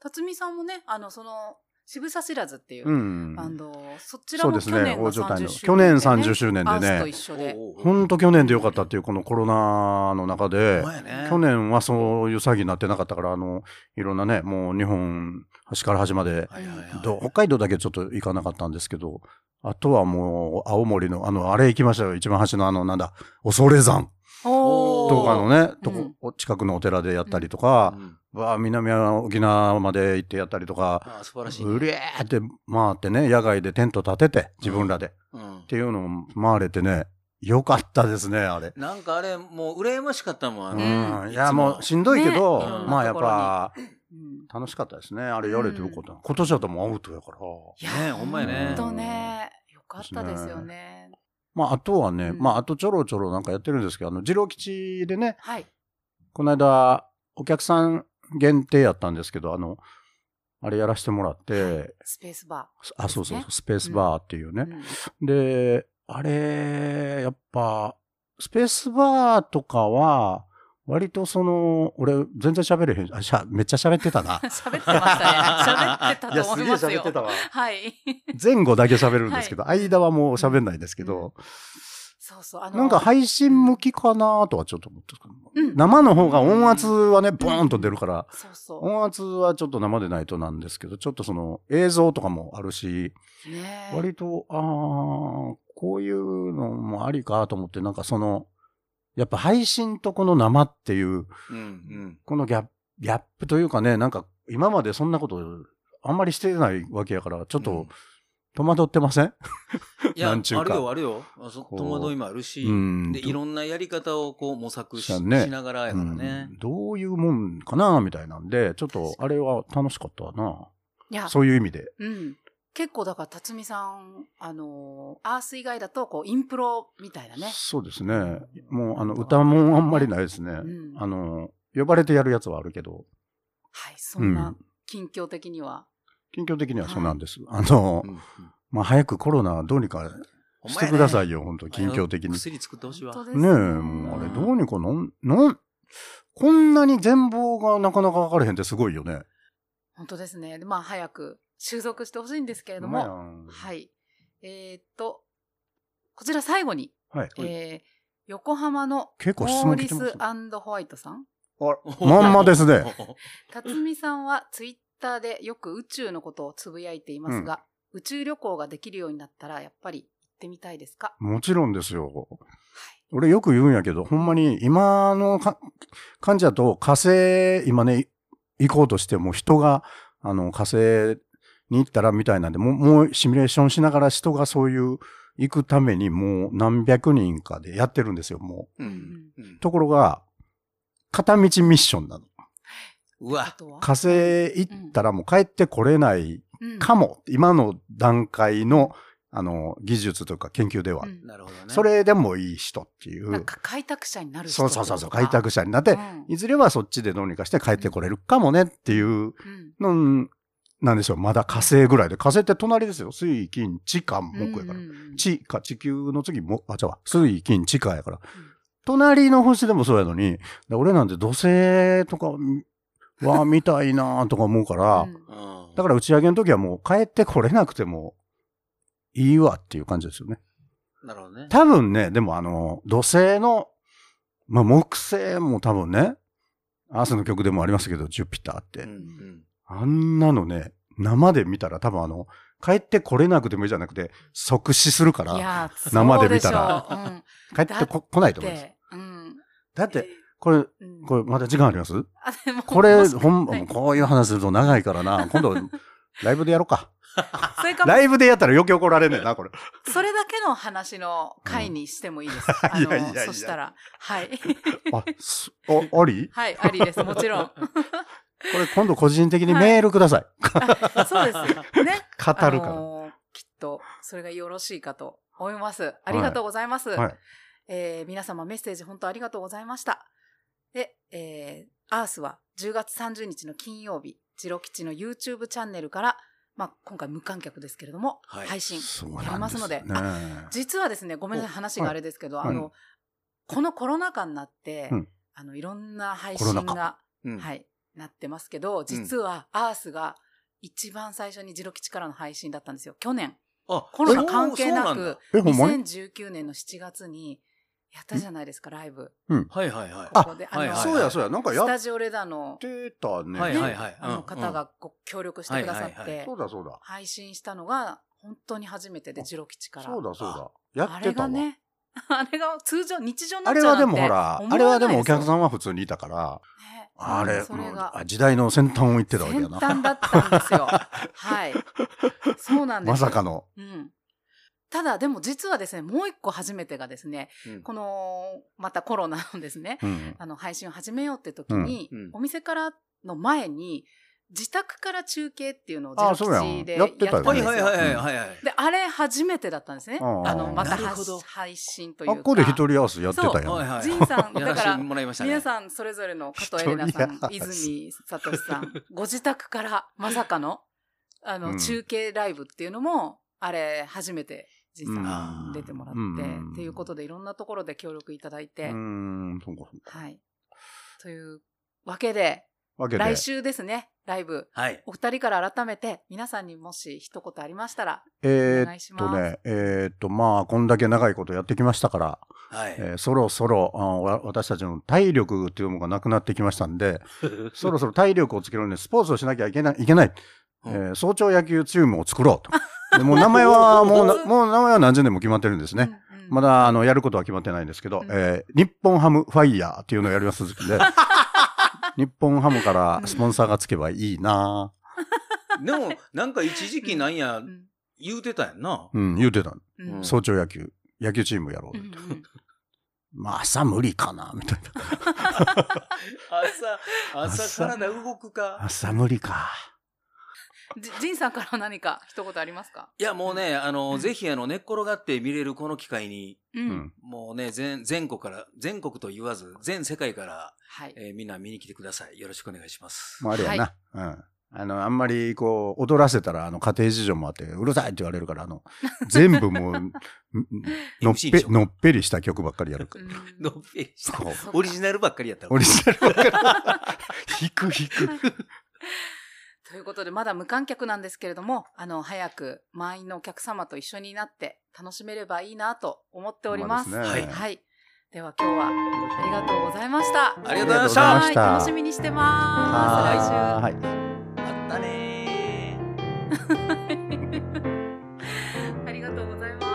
Speaker 1: 辰巳さんもね、あの、その、渋沢知らずっていうう、
Speaker 2: ん
Speaker 1: バンドを、そちら
Speaker 2: そう
Speaker 1: も
Speaker 2: で
Speaker 1: 去
Speaker 2: す
Speaker 1: 年
Speaker 2: ね、
Speaker 1: が
Speaker 2: 大所
Speaker 1: 30周年、ね。
Speaker 2: 帯の。去年30周年
Speaker 1: ア
Speaker 2: で
Speaker 1: ースと
Speaker 2: ね、
Speaker 1: 一緒で。
Speaker 2: ほんと去年でよかったっていう、このコロナの中で、
Speaker 3: 前ね。
Speaker 2: 去年はそういう詐欺になってなかったから、あの、いろんなね、もう日本、端から端まで、
Speaker 3: はいはいはい。
Speaker 2: ど北海道だけちょっと行かなかったんですけど、あとはもう、青森の、あの、あれ行きましたよ。一番端のあの、なんだ、恐山
Speaker 1: おー
Speaker 2: とかのね、と
Speaker 1: うん
Speaker 2: こ、お近くのお寺でやったりとか
Speaker 3: う、ん
Speaker 2: わあ、南沖縄まで行ってやったりとか、
Speaker 3: ああ素晴らしい。
Speaker 2: うりゃーって回ってね、野外でテント立てて、自分らで、っ
Speaker 3: うん
Speaker 2: ていうのを回れてね、よかったですね、あれ。
Speaker 3: なんかあれ、もう羨ましかったもん、あ
Speaker 2: う
Speaker 3: の
Speaker 1: ん
Speaker 2: ん。い
Speaker 3: い
Speaker 2: や、
Speaker 3: つも
Speaker 2: もうしんどいけど、
Speaker 3: ねうん
Speaker 2: まあやっぱ、
Speaker 1: うん
Speaker 2: 楽しかったですね。あれやれてよかった。今年だともうアウトやから。
Speaker 1: いや
Speaker 3: ねえほんまやね
Speaker 1: ほんとね。よかったですよね。
Speaker 2: まああとはね、
Speaker 1: うん
Speaker 2: まああとちょろちょろなんかやってるんですけど、あの、二郎吉でね、
Speaker 1: はい。
Speaker 2: この間、お客さん限定やったんですけど、あの、あれやらせてもらって、
Speaker 1: スペースバ
Speaker 2: あ、そうそう
Speaker 1: です
Speaker 2: そう、スペースバーっていうね
Speaker 1: ー。う。ん。
Speaker 2: で、あれ、やっぱ、スペースバーとかは、割とその、俺、全然喋れへん。あしゃめっちゃ喋ってたな
Speaker 1: 喋ってましたね。喋ってたと思いますよ。
Speaker 2: わ。
Speaker 1: はい。 *laughs*
Speaker 2: 前後だけ喋るんですけど、間はもう喋んないですけど、
Speaker 1: そうそう。あの
Speaker 2: なんか配信向きかなとはちょっと思ってた
Speaker 1: うん
Speaker 2: 生の方が音圧はね、ボーンと出るから、
Speaker 1: そうそ
Speaker 2: 音圧はちょっと生でないとなんですけど、ちょっとその映像とかもあるし、
Speaker 1: う。ねえ
Speaker 2: 割と、ああ、こういうのもありかと思って、なんかその、やっぱ配信とこの生っていう、
Speaker 3: うんうん。
Speaker 2: このギャップギャップというかね、なんか今までそんなことあんまりしてないわけやから、ちょっ
Speaker 3: う
Speaker 2: と
Speaker 3: ん
Speaker 2: 戸惑ってません
Speaker 3: いや、あ
Speaker 2: なんちゅう
Speaker 3: る
Speaker 2: か
Speaker 3: よ、あるよ。あそ
Speaker 2: こう
Speaker 3: 戸惑いもあるし、
Speaker 2: ん
Speaker 3: で、いろんなやり方をこう模索し
Speaker 2: そうやね
Speaker 3: しながらやからね
Speaker 2: うん。どういうもんかなみたいなんで、ちょっとあれは楽しかったない
Speaker 1: や、
Speaker 2: そういう意味で。
Speaker 1: うん。結構だから、辰巳さん、あのー、アース以外だと、こう、インプロみたいなね。
Speaker 2: そうですね。もうあの歌もあんまりないですね。
Speaker 1: ん
Speaker 2: あの、呼ばれてやるやつはあるけど、
Speaker 1: はい。そんな、近況的には。
Speaker 2: 近況的にはそうなんです。あの、
Speaker 3: うんうん
Speaker 2: まあ、早くコロナどうにかしてくださいよ、本当
Speaker 3: ほんまや
Speaker 2: 近
Speaker 3: ね
Speaker 2: 況的に。ね
Speaker 3: 薬作ってほしいわ。
Speaker 1: 本当
Speaker 2: え、
Speaker 1: です
Speaker 2: もうあれどうにかなん、なん、こんなに全貌がなかなか分かれへんってすごいよね。
Speaker 1: 本当ですね。でまあ、早く収束してほしいんですけれど
Speaker 2: ほんまや
Speaker 1: も、
Speaker 2: ん
Speaker 1: はい。えーっと、こちら最後に、
Speaker 2: はい。
Speaker 1: えー横浜の
Speaker 2: 結構質
Speaker 1: モー
Speaker 2: 問
Speaker 1: リ
Speaker 2: 来てます
Speaker 1: スホワイトさん。
Speaker 2: あまんまですね。
Speaker 1: 辰巳さんはツイッターでよく宇宙のことをつぶやいていますが、宇宙旅行ができるようになったら、やっぱり行ってみたいですか
Speaker 2: もちろんですよ。俺よく言うんやけど、ほんまに今のか患者と火星、今ね、い行こうとしても人が、あの、火星に行ったらみたいなんで、もう、もうシミュレーションしながら人がそういう、行くためにもう何百人かでやってるんですよ、も
Speaker 3: うんうんうん
Speaker 2: う。ところが、片道ミッションなの。
Speaker 3: う
Speaker 1: あ
Speaker 3: わ、
Speaker 1: とは
Speaker 2: 火星行ったらもう帰ってこれないかも。今の段階の、あの、技術というか研究では。
Speaker 1: うん
Speaker 3: なるほどね。
Speaker 2: それでもいい人ってい
Speaker 1: なん
Speaker 2: う。
Speaker 1: か開拓者になる人
Speaker 2: そうそうそうそ
Speaker 1: と
Speaker 2: う、
Speaker 1: か
Speaker 2: 開拓者になって
Speaker 1: う、ん
Speaker 2: いずれはそっちでどうにかして帰ってこれるかもねっていう
Speaker 1: うん
Speaker 2: の、なんでしょう、まだ火星ぐらいで。火星って隣ですよ。水、金、地下、木やか
Speaker 1: う
Speaker 2: ら
Speaker 1: ん。うんうん
Speaker 2: 地か、地球の次も、あ、じゃあ、水、金、地下やから。隣の星でもそうやのに、だ俺なんて土星とかは見たいなとか思うか
Speaker 1: う
Speaker 2: ら、
Speaker 1: ん
Speaker 3: うん、
Speaker 2: だから打ち上げの時はもう帰ってこれなくてもいいわっていう感じですよね。
Speaker 3: なるほどね。
Speaker 2: 多分ね、でもあの、土星の、まあ、木星も多分ね、アースの曲でもありますけど、ジュピターって。
Speaker 3: うんうん
Speaker 2: あんなのね、生で見たら多分あの、帰ってこれなくてもいいじゃなくて、即死するか
Speaker 1: い
Speaker 2: ら、
Speaker 1: や
Speaker 2: 生で見たら
Speaker 1: そうでしょううん
Speaker 2: 帰ってこ来ないと
Speaker 1: だ
Speaker 2: 思
Speaker 1: っ
Speaker 2: います。
Speaker 1: て、うん、
Speaker 2: だって、これ、
Speaker 1: うん
Speaker 2: これ、まだ時間あります
Speaker 1: あでも
Speaker 2: これ、
Speaker 1: もし
Speaker 2: ほん、
Speaker 1: はい
Speaker 2: こういう話すると長いからな。今度、ライブでやろうか。
Speaker 1: それかも
Speaker 2: ライブでやったら余計怒られんねんな、これ。
Speaker 1: それだけの話の回にしてもいいです。あ
Speaker 2: いやいやい
Speaker 1: の
Speaker 2: や
Speaker 1: そしたらはい。 *laughs*
Speaker 2: あ、すあ、あり
Speaker 1: はい、ありです。もちろん。
Speaker 2: これ今度個人的にメールください。
Speaker 1: そう
Speaker 2: *laughs*
Speaker 1: です。ね。
Speaker 2: 語る
Speaker 1: あ
Speaker 2: か
Speaker 1: のーきっと、それがよろしいかと思います。ありがとうございます。
Speaker 2: ら。はい。
Speaker 1: えー皆様メッセージ本当ありがとうございました。で、えーアースは10月30日の金曜日、ジロ吉の YouTube チャンネルから、まあ、今回無観客ですけれども、
Speaker 3: はい
Speaker 1: 配信。
Speaker 2: そう
Speaker 1: やり
Speaker 2: な
Speaker 1: ま
Speaker 2: んですす
Speaker 1: ので
Speaker 2: ね。
Speaker 1: 実はですね、ごめんなさい、
Speaker 2: お
Speaker 1: 話があれですけど、
Speaker 2: はい
Speaker 1: あの、このコロナ禍になって、
Speaker 2: うん
Speaker 1: あの、いろんな配
Speaker 2: コ
Speaker 1: 信
Speaker 2: ロナ
Speaker 1: が、
Speaker 3: うん
Speaker 1: はい、なってますけど、実はアースが一番最初にジロ吉からの配信だったんですよ。去年、
Speaker 3: あ
Speaker 1: コロナ関係な
Speaker 3: そうそうなん
Speaker 1: く
Speaker 3: だ、
Speaker 2: え、ほんまに
Speaker 1: 2019年の7月にやったじゃないですか、ライブ。
Speaker 3: はいはいはい。
Speaker 1: ここで、あ
Speaker 3: はい
Speaker 1: の、
Speaker 3: はい
Speaker 2: そうや、そうや。なんかや
Speaker 1: スタ
Speaker 2: っ
Speaker 1: ジオレダーの、
Speaker 2: てたね。
Speaker 3: はいはいはい。
Speaker 1: あの方
Speaker 3: うん。
Speaker 1: がご協力してくださ
Speaker 3: はい
Speaker 1: っ
Speaker 3: はい
Speaker 1: て
Speaker 2: そ、うだ、そうだ。
Speaker 1: 配信したのが本当に初めてで、ジロ吉から。
Speaker 2: そうだ、そうだ。や
Speaker 1: あ
Speaker 2: っ
Speaker 1: れ
Speaker 2: て
Speaker 1: が
Speaker 2: たわ。
Speaker 1: ね、あれが通常、日常にな
Speaker 2: あ
Speaker 1: っちゃ
Speaker 2: れ
Speaker 1: うな
Speaker 2: は
Speaker 1: んて
Speaker 2: でもほら、あれ
Speaker 1: 思わ
Speaker 2: は
Speaker 1: な
Speaker 2: で
Speaker 1: い
Speaker 2: もお
Speaker 1: すよ
Speaker 2: 客さんは普通にいたから、
Speaker 1: ね
Speaker 2: あれ、
Speaker 1: それ
Speaker 2: うん
Speaker 1: が
Speaker 2: あ時代の先端を行ってたわけ
Speaker 1: 先
Speaker 2: やな。
Speaker 1: 端だったんですよ。はい。そうなんです。
Speaker 2: まさか。の。
Speaker 1: うん。ただ、でも実はですね、もう一個初めてがですね、
Speaker 3: うん
Speaker 1: この、またコロナのですね、
Speaker 2: うん。
Speaker 1: あの、配信を始めようって時に、
Speaker 3: うんうん
Speaker 1: お店からの前に、自宅から中継っていうのを
Speaker 2: あ
Speaker 1: 自
Speaker 2: そうやん
Speaker 1: 宅でや
Speaker 2: や
Speaker 1: っ
Speaker 2: ってて
Speaker 1: た
Speaker 2: た
Speaker 1: ん
Speaker 2: よ
Speaker 1: です
Speaker 2: ね
Speaker 1: よ。
Speaker 3: はいはいはいはいはいはい。
Speaker 1: で、あれ初めてだったんですね。
Speaker 2: あー
Speaker 1: あの、また
Speaker 3: なるほ
Speaker 1: 発
Speaker 3: ど
Speaker 1: 配信というか。
Speaker 2: あっこで一人合わせやってたやん。
Speaker 3: はい
Speaker 2: は
Speaker 3: はい。
Speaker 1: ジンさん、
Speaker 3: や
Speaker 1: だ
Speaker 3: ら
Speaker 1: か
Speaker 3: せて
Speaker 1: ら、
Speaker 3: もらいましたね。
Speaker 1: 皆さんそれぞれの加藤エレナさん
Speaker 2: 一人、や
Speaker 1: 泉聡さん、ご自宅からまさかの、あの、
Speaker 2: うん
Speaker 1: 中継ライブっていうのも、あれ、初めて、ジンさ
Speaker 3: うんん
Speaker 1: 出てもら
Speaker 2: う
Speaker 1: って、
Speaker 2: ん
Speaker 1: っていうことでいろんなところで協力いただいて、
Speaker 2: うーん、そうかそうか。
Speaker 1: はい。というわけで、
Speaker 2: わけで。
Speaker 1: 来週ですね、ライブ。
Speaker 3: はい。
Speaker 1: お二人から改めて、皆さんにもし一言ありましたら、
Speaker 2: え
Speaker 1: お
Speaker 2: ー
Speaker 1: 願
Speaker 2: っ
Speaker 1: いします。
Speaker 2: とね、えーっと、まあ、こんだけ長いことやってきましたから、
Speaker 3: はい。
Speaker 2: えーそろそろあわ私たちの体力っていうものがなくなってきましたんで、そろそろ体力をつけるのにスポーツをしなきゃいけない、いけない。
Speaker 3: うん
Speaker 2: えー早朝野球チームを作ろうと。でもう名前は、もうな、もう名前は何十年も決まってるんですね。
Speaker 1: うんうん
Speaker 2: まだ、あの、やることは決まってないんですけど、
Speaker 1: うん
Speaker 2: えー日本ハムファイヤーっていうのをやりますんで、日本ハムからスポンサーがつけばいいな
Speaker 3: でも、なんか一時期なんや
Speaker 1: う、ん
Speaker 3: 言うてたやんな。
Speaker 2: うん、言うてた。
Speaker 1: うん
Speaker 3: うん
Speaker 2: 早朝野球、野球チームやろう
Speaker 1: うん
Speaker 2: と。
Speaker 1: うん
Speaker 2: まあ、朝無理かな、みたいな。
Speaker 3: 朝、朝体動くか。
Speaker 2: 朝無理か。
Speaker 1: じジンさんから何か一言ありますか
Speaker 3: いや、もうね、あ
Speaker 1: うん
Speaker 3: の、ぜひ、あの、寝っ転がって見れるこの機会に、
Speaker 1: う
Speaker 2: うんん。
Speaker 3: もうね、全、全国から、全国と言わず、全世界から、
Speaker 1: はい。
Speaker 3: えーみんな見に来てください。よろしくお願いします。
Speaker 2: まあ、あれやな。うん。あの、あんまり、こう、踊らせたら、あの、家庭事情もあって、うるさいって言われるから、あの、全部もう、んんのっ
Speaker 3: MC で
Speaker 2: ぺ
Speaker 3: し、ょ
Speaker 2: のっぺりした曲ばっかりやるか
Speaker 1: う
Speaker 2: ら。
Speaker 1: ん
Speaker 3: のっぺりした
Speaker 2: そう
Speaker 1: そうか
Speaker 3: オリジナルばっかりやったら
Speaker 2: オ。リジナルばっかり。引く引く。
Speaker 1: ということで、まだ無観客なんですけれども、あの、早く満員のお客様と一緒になって楽しめればいいなと思っております。
Speaker 2: ほんま
Speaker 3: は
Speaker 2: で
Speaker 3: い
Speaker 2: すね
Speaker 1: はい。では今日はありがとうございました。
Speaker 3: ありがとうございました
Speaker 1: はい楽しみにしてます。来週。
Speaker 2: はーい。
Speaker 3: あったねー。
Speaker 1: ありがとうございます。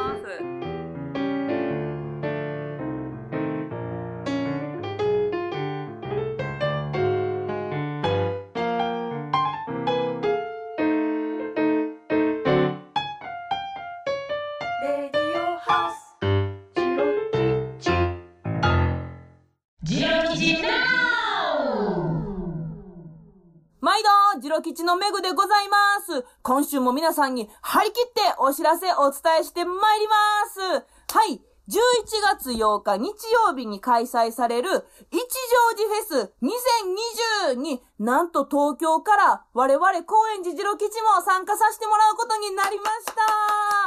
Speaker 5: レディオハウスジロキチジロキチナ
Speaker 6: 毎度、ジロ吉のメグでございます。今週も皆さんに張り切ってお知らせお伝えしてまいります。はい。11月8日日曜日に開催される一乗寺フェス2020になんと東京から我々高円寺ジロ吉も参加させてもらうことになりまし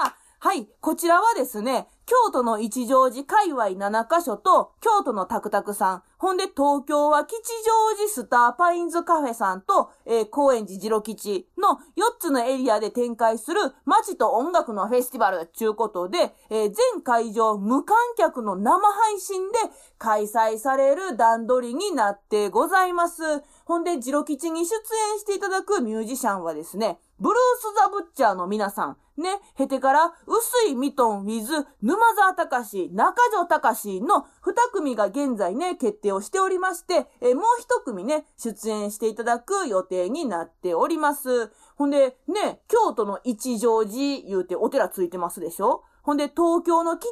Speaker 6: た。はい。こちらはですね、京都の一乗寺界隈7カ所と、京都のタクタクさん、ほんで東京は吉祥寺スターパインズカフェさんと、えー高円寺ジロ吉の4つのエリアで展開する街と音楽のフェスティバルということで、えー全会場無観客の生配信で開催される段取りになってございます。ほんで、ジロ吉に出演していただくミュージシャンはですね、ブルース・ザ・ブッチャーの皆さん、ね、ヘテから、薄いミトン with 沼沢隆史、中条隆史の2組が現在ね、決定をしておりまして、えーもう1組ね、出演していただく予定になっております。ほんで、ね、京都の一乗寺言うてお寺ついてますでしょほんで、東京の吉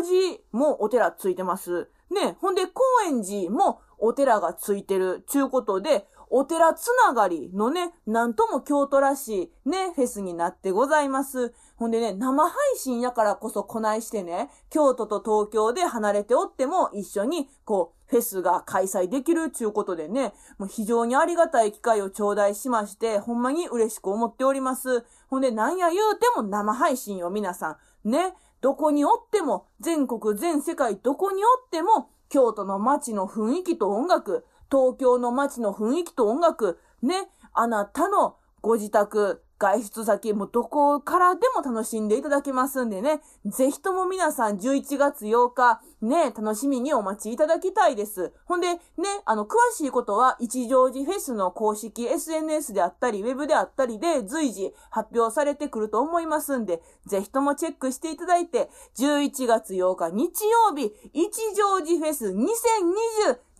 Speaker 6: 祥寺もお寺ついてます。ね、ほんで、高円寺もお寺がついてる。ちゅうことで、お寺つながりのね、なんとも京都らしいね、フェスになってございます。ほんでね、生配信やからこそこないしてね、京都と東京で離れておっても一緒に、こう、フェスが開催できるちゅうことでね、もう非常にありがたい機会を頂戴しまして、ほんまに嬉しく思っております。ほんで、なんや言うても生配信よ、皆さん。ね、どこにおっても、全国、全世界、どこにおっても、京都の街の雰囲気と音楽、東京の街の雰囲気と音楽、ね、あなたのご自宅、外出先、もうどこからでも楽しんでいただけますんでね、ぜひとも皆さん11月8日、ね、楽しみにお待ちいただきたいです。ほんで、ね、あの、詳しいことは、一乗寺フェスの公式 SNS であったり、ウェブであったりで、随時発表されてくると思いますんで、ぜひともチェックしていただいて、11月8日日曜日、一乗寺フェス2020、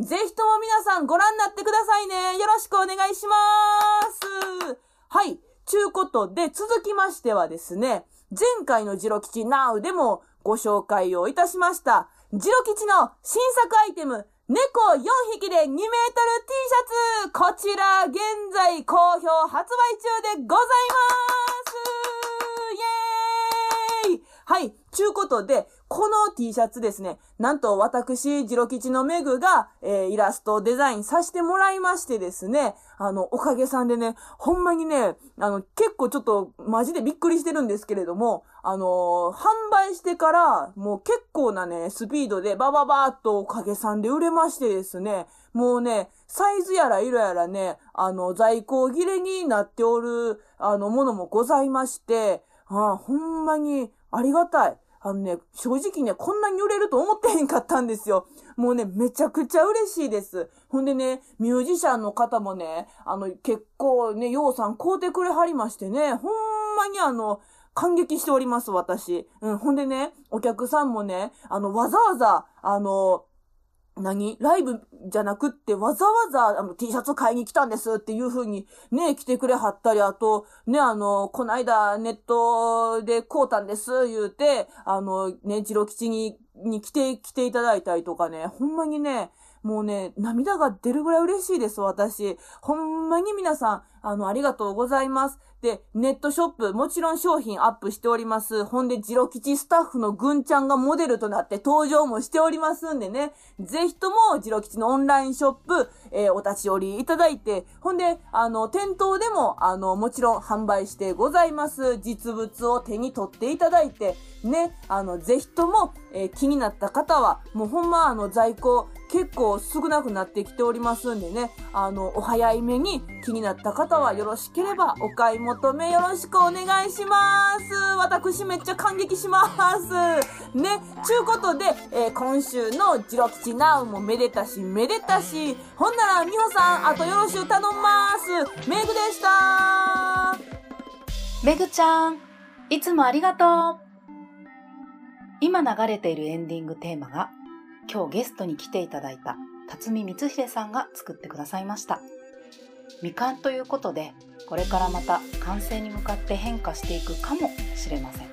Speaker 6: ぜひとも皆さんご覧になってくださいね。よろしくお願いします。はい。ちゅうことで、続きましてはですね、前回のジロ吉 NOW でもご紹介をいたしました、ジロ吉の新作アイテム、猫4匹で2メートル T シャツこちら、現在好評発売中でございますイエーイはい。ちゅうことで、この T シャツですね。なんと私、ジロ吉のメグが、えーイラストをデザインさせてもらいましてですね。あの、おかげさんでね、ほんまにね、あの、結構ちょっと、マジでびっくりしてるんですけれども、あのー販売してから、もう結構なね、スピードで、バババーっとおかげさんで売れましてですね。もうね、サイズやら色やらね、あの、在庫切れになっておる、あの、ものもございまして、ああ、ほんまにありがたい。あのね、正直ね、こんなに売れると思ってへんかったんですよ。もうね、めちゃくちゃ嬉しいです。ほんでね、ミュージシャンの方もね、あの、結構ね、ようさん買うてくれはりましてね、ほんまにあの、感激しております、私。うん、ほんでね、お客さんもね、あの、わざわざ、あの、何ライブじゃなくって、わざわざ、あの、T シャツ買いに来たんですっていう風に、ね、来てくれはったり、あと、ね、あの、こないだネットで買うたんです、言うて、あの、ね、ジロ吉に、に来て、来ていただいたりとかね、ほんまにね、もうね、涙が出るぐらい嬉しいです、私。ほんまに皆さん、あの、ありがとうございます。で、ネットショップ、もちろん商品アップしております。ほんで、ジロ吉スタッフのぐんちゃんがモデルとなって登場もしておりますんでね、ぜひとも、ジロ吉のオンラインショップ、えーお立ち寄りいただいて、ほんで、あの、店頭でも、あの、もちろん販売してございます。実物を手に取っていただいて、ね、あの、ぜひとも、えー気になった方は、もうほんま、あの、在庫、結構少なくなってきておりますんでね、あの、お早い目に気になった方はよろしければお買い求めよろしくお願いします。私めっちゃ感激します。ね、ちゅうことで、えー今週のジロ吉ナウもめでたしめでたし、ほんならみほさん、あとよろしゅう頼んます。メグでした
Speaker 1: めぐちゃん、いつもありがとう。今流れているエンディングテーマが、今日ゲストに来ていただいた辰巳光秀さんが作ってくださいました。未完ということで、これからまた完成に向かって変化していくかもしれません。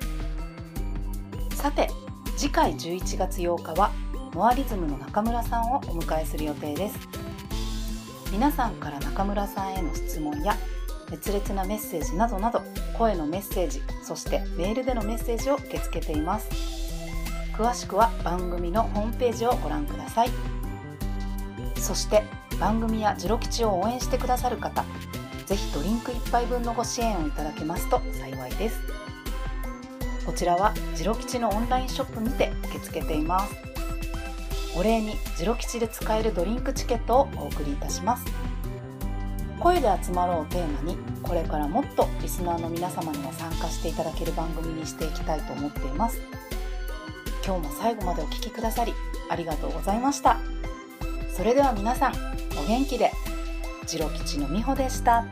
Speaker 1: さて、次回11月8日は、モアリズムの中村さんをお迎えする予定です。皆さんから中村さんへの質問や、熱烈なメッセージなどなど、声のメッセージそしてメールでのメッセージを受け付けています詳しくは番組のホームページをご覧くださいそして番組やジロ吉を応援してくださる方ぜひドリンク1杯分のご支援をいただけますと幸いですこちらはジロ吉のオンラインショップにて受け付けていますお礼にジロ吉で使えるドリンクチケットをお送りいたします声で集まろうをテーマにこれからもっとリスナーの皆様にも参加していただける番組にしていきたいと思っています今日も最後までお聞きくださりありがとうございましたそれでは皆さんお元気でジロ吉のみほでした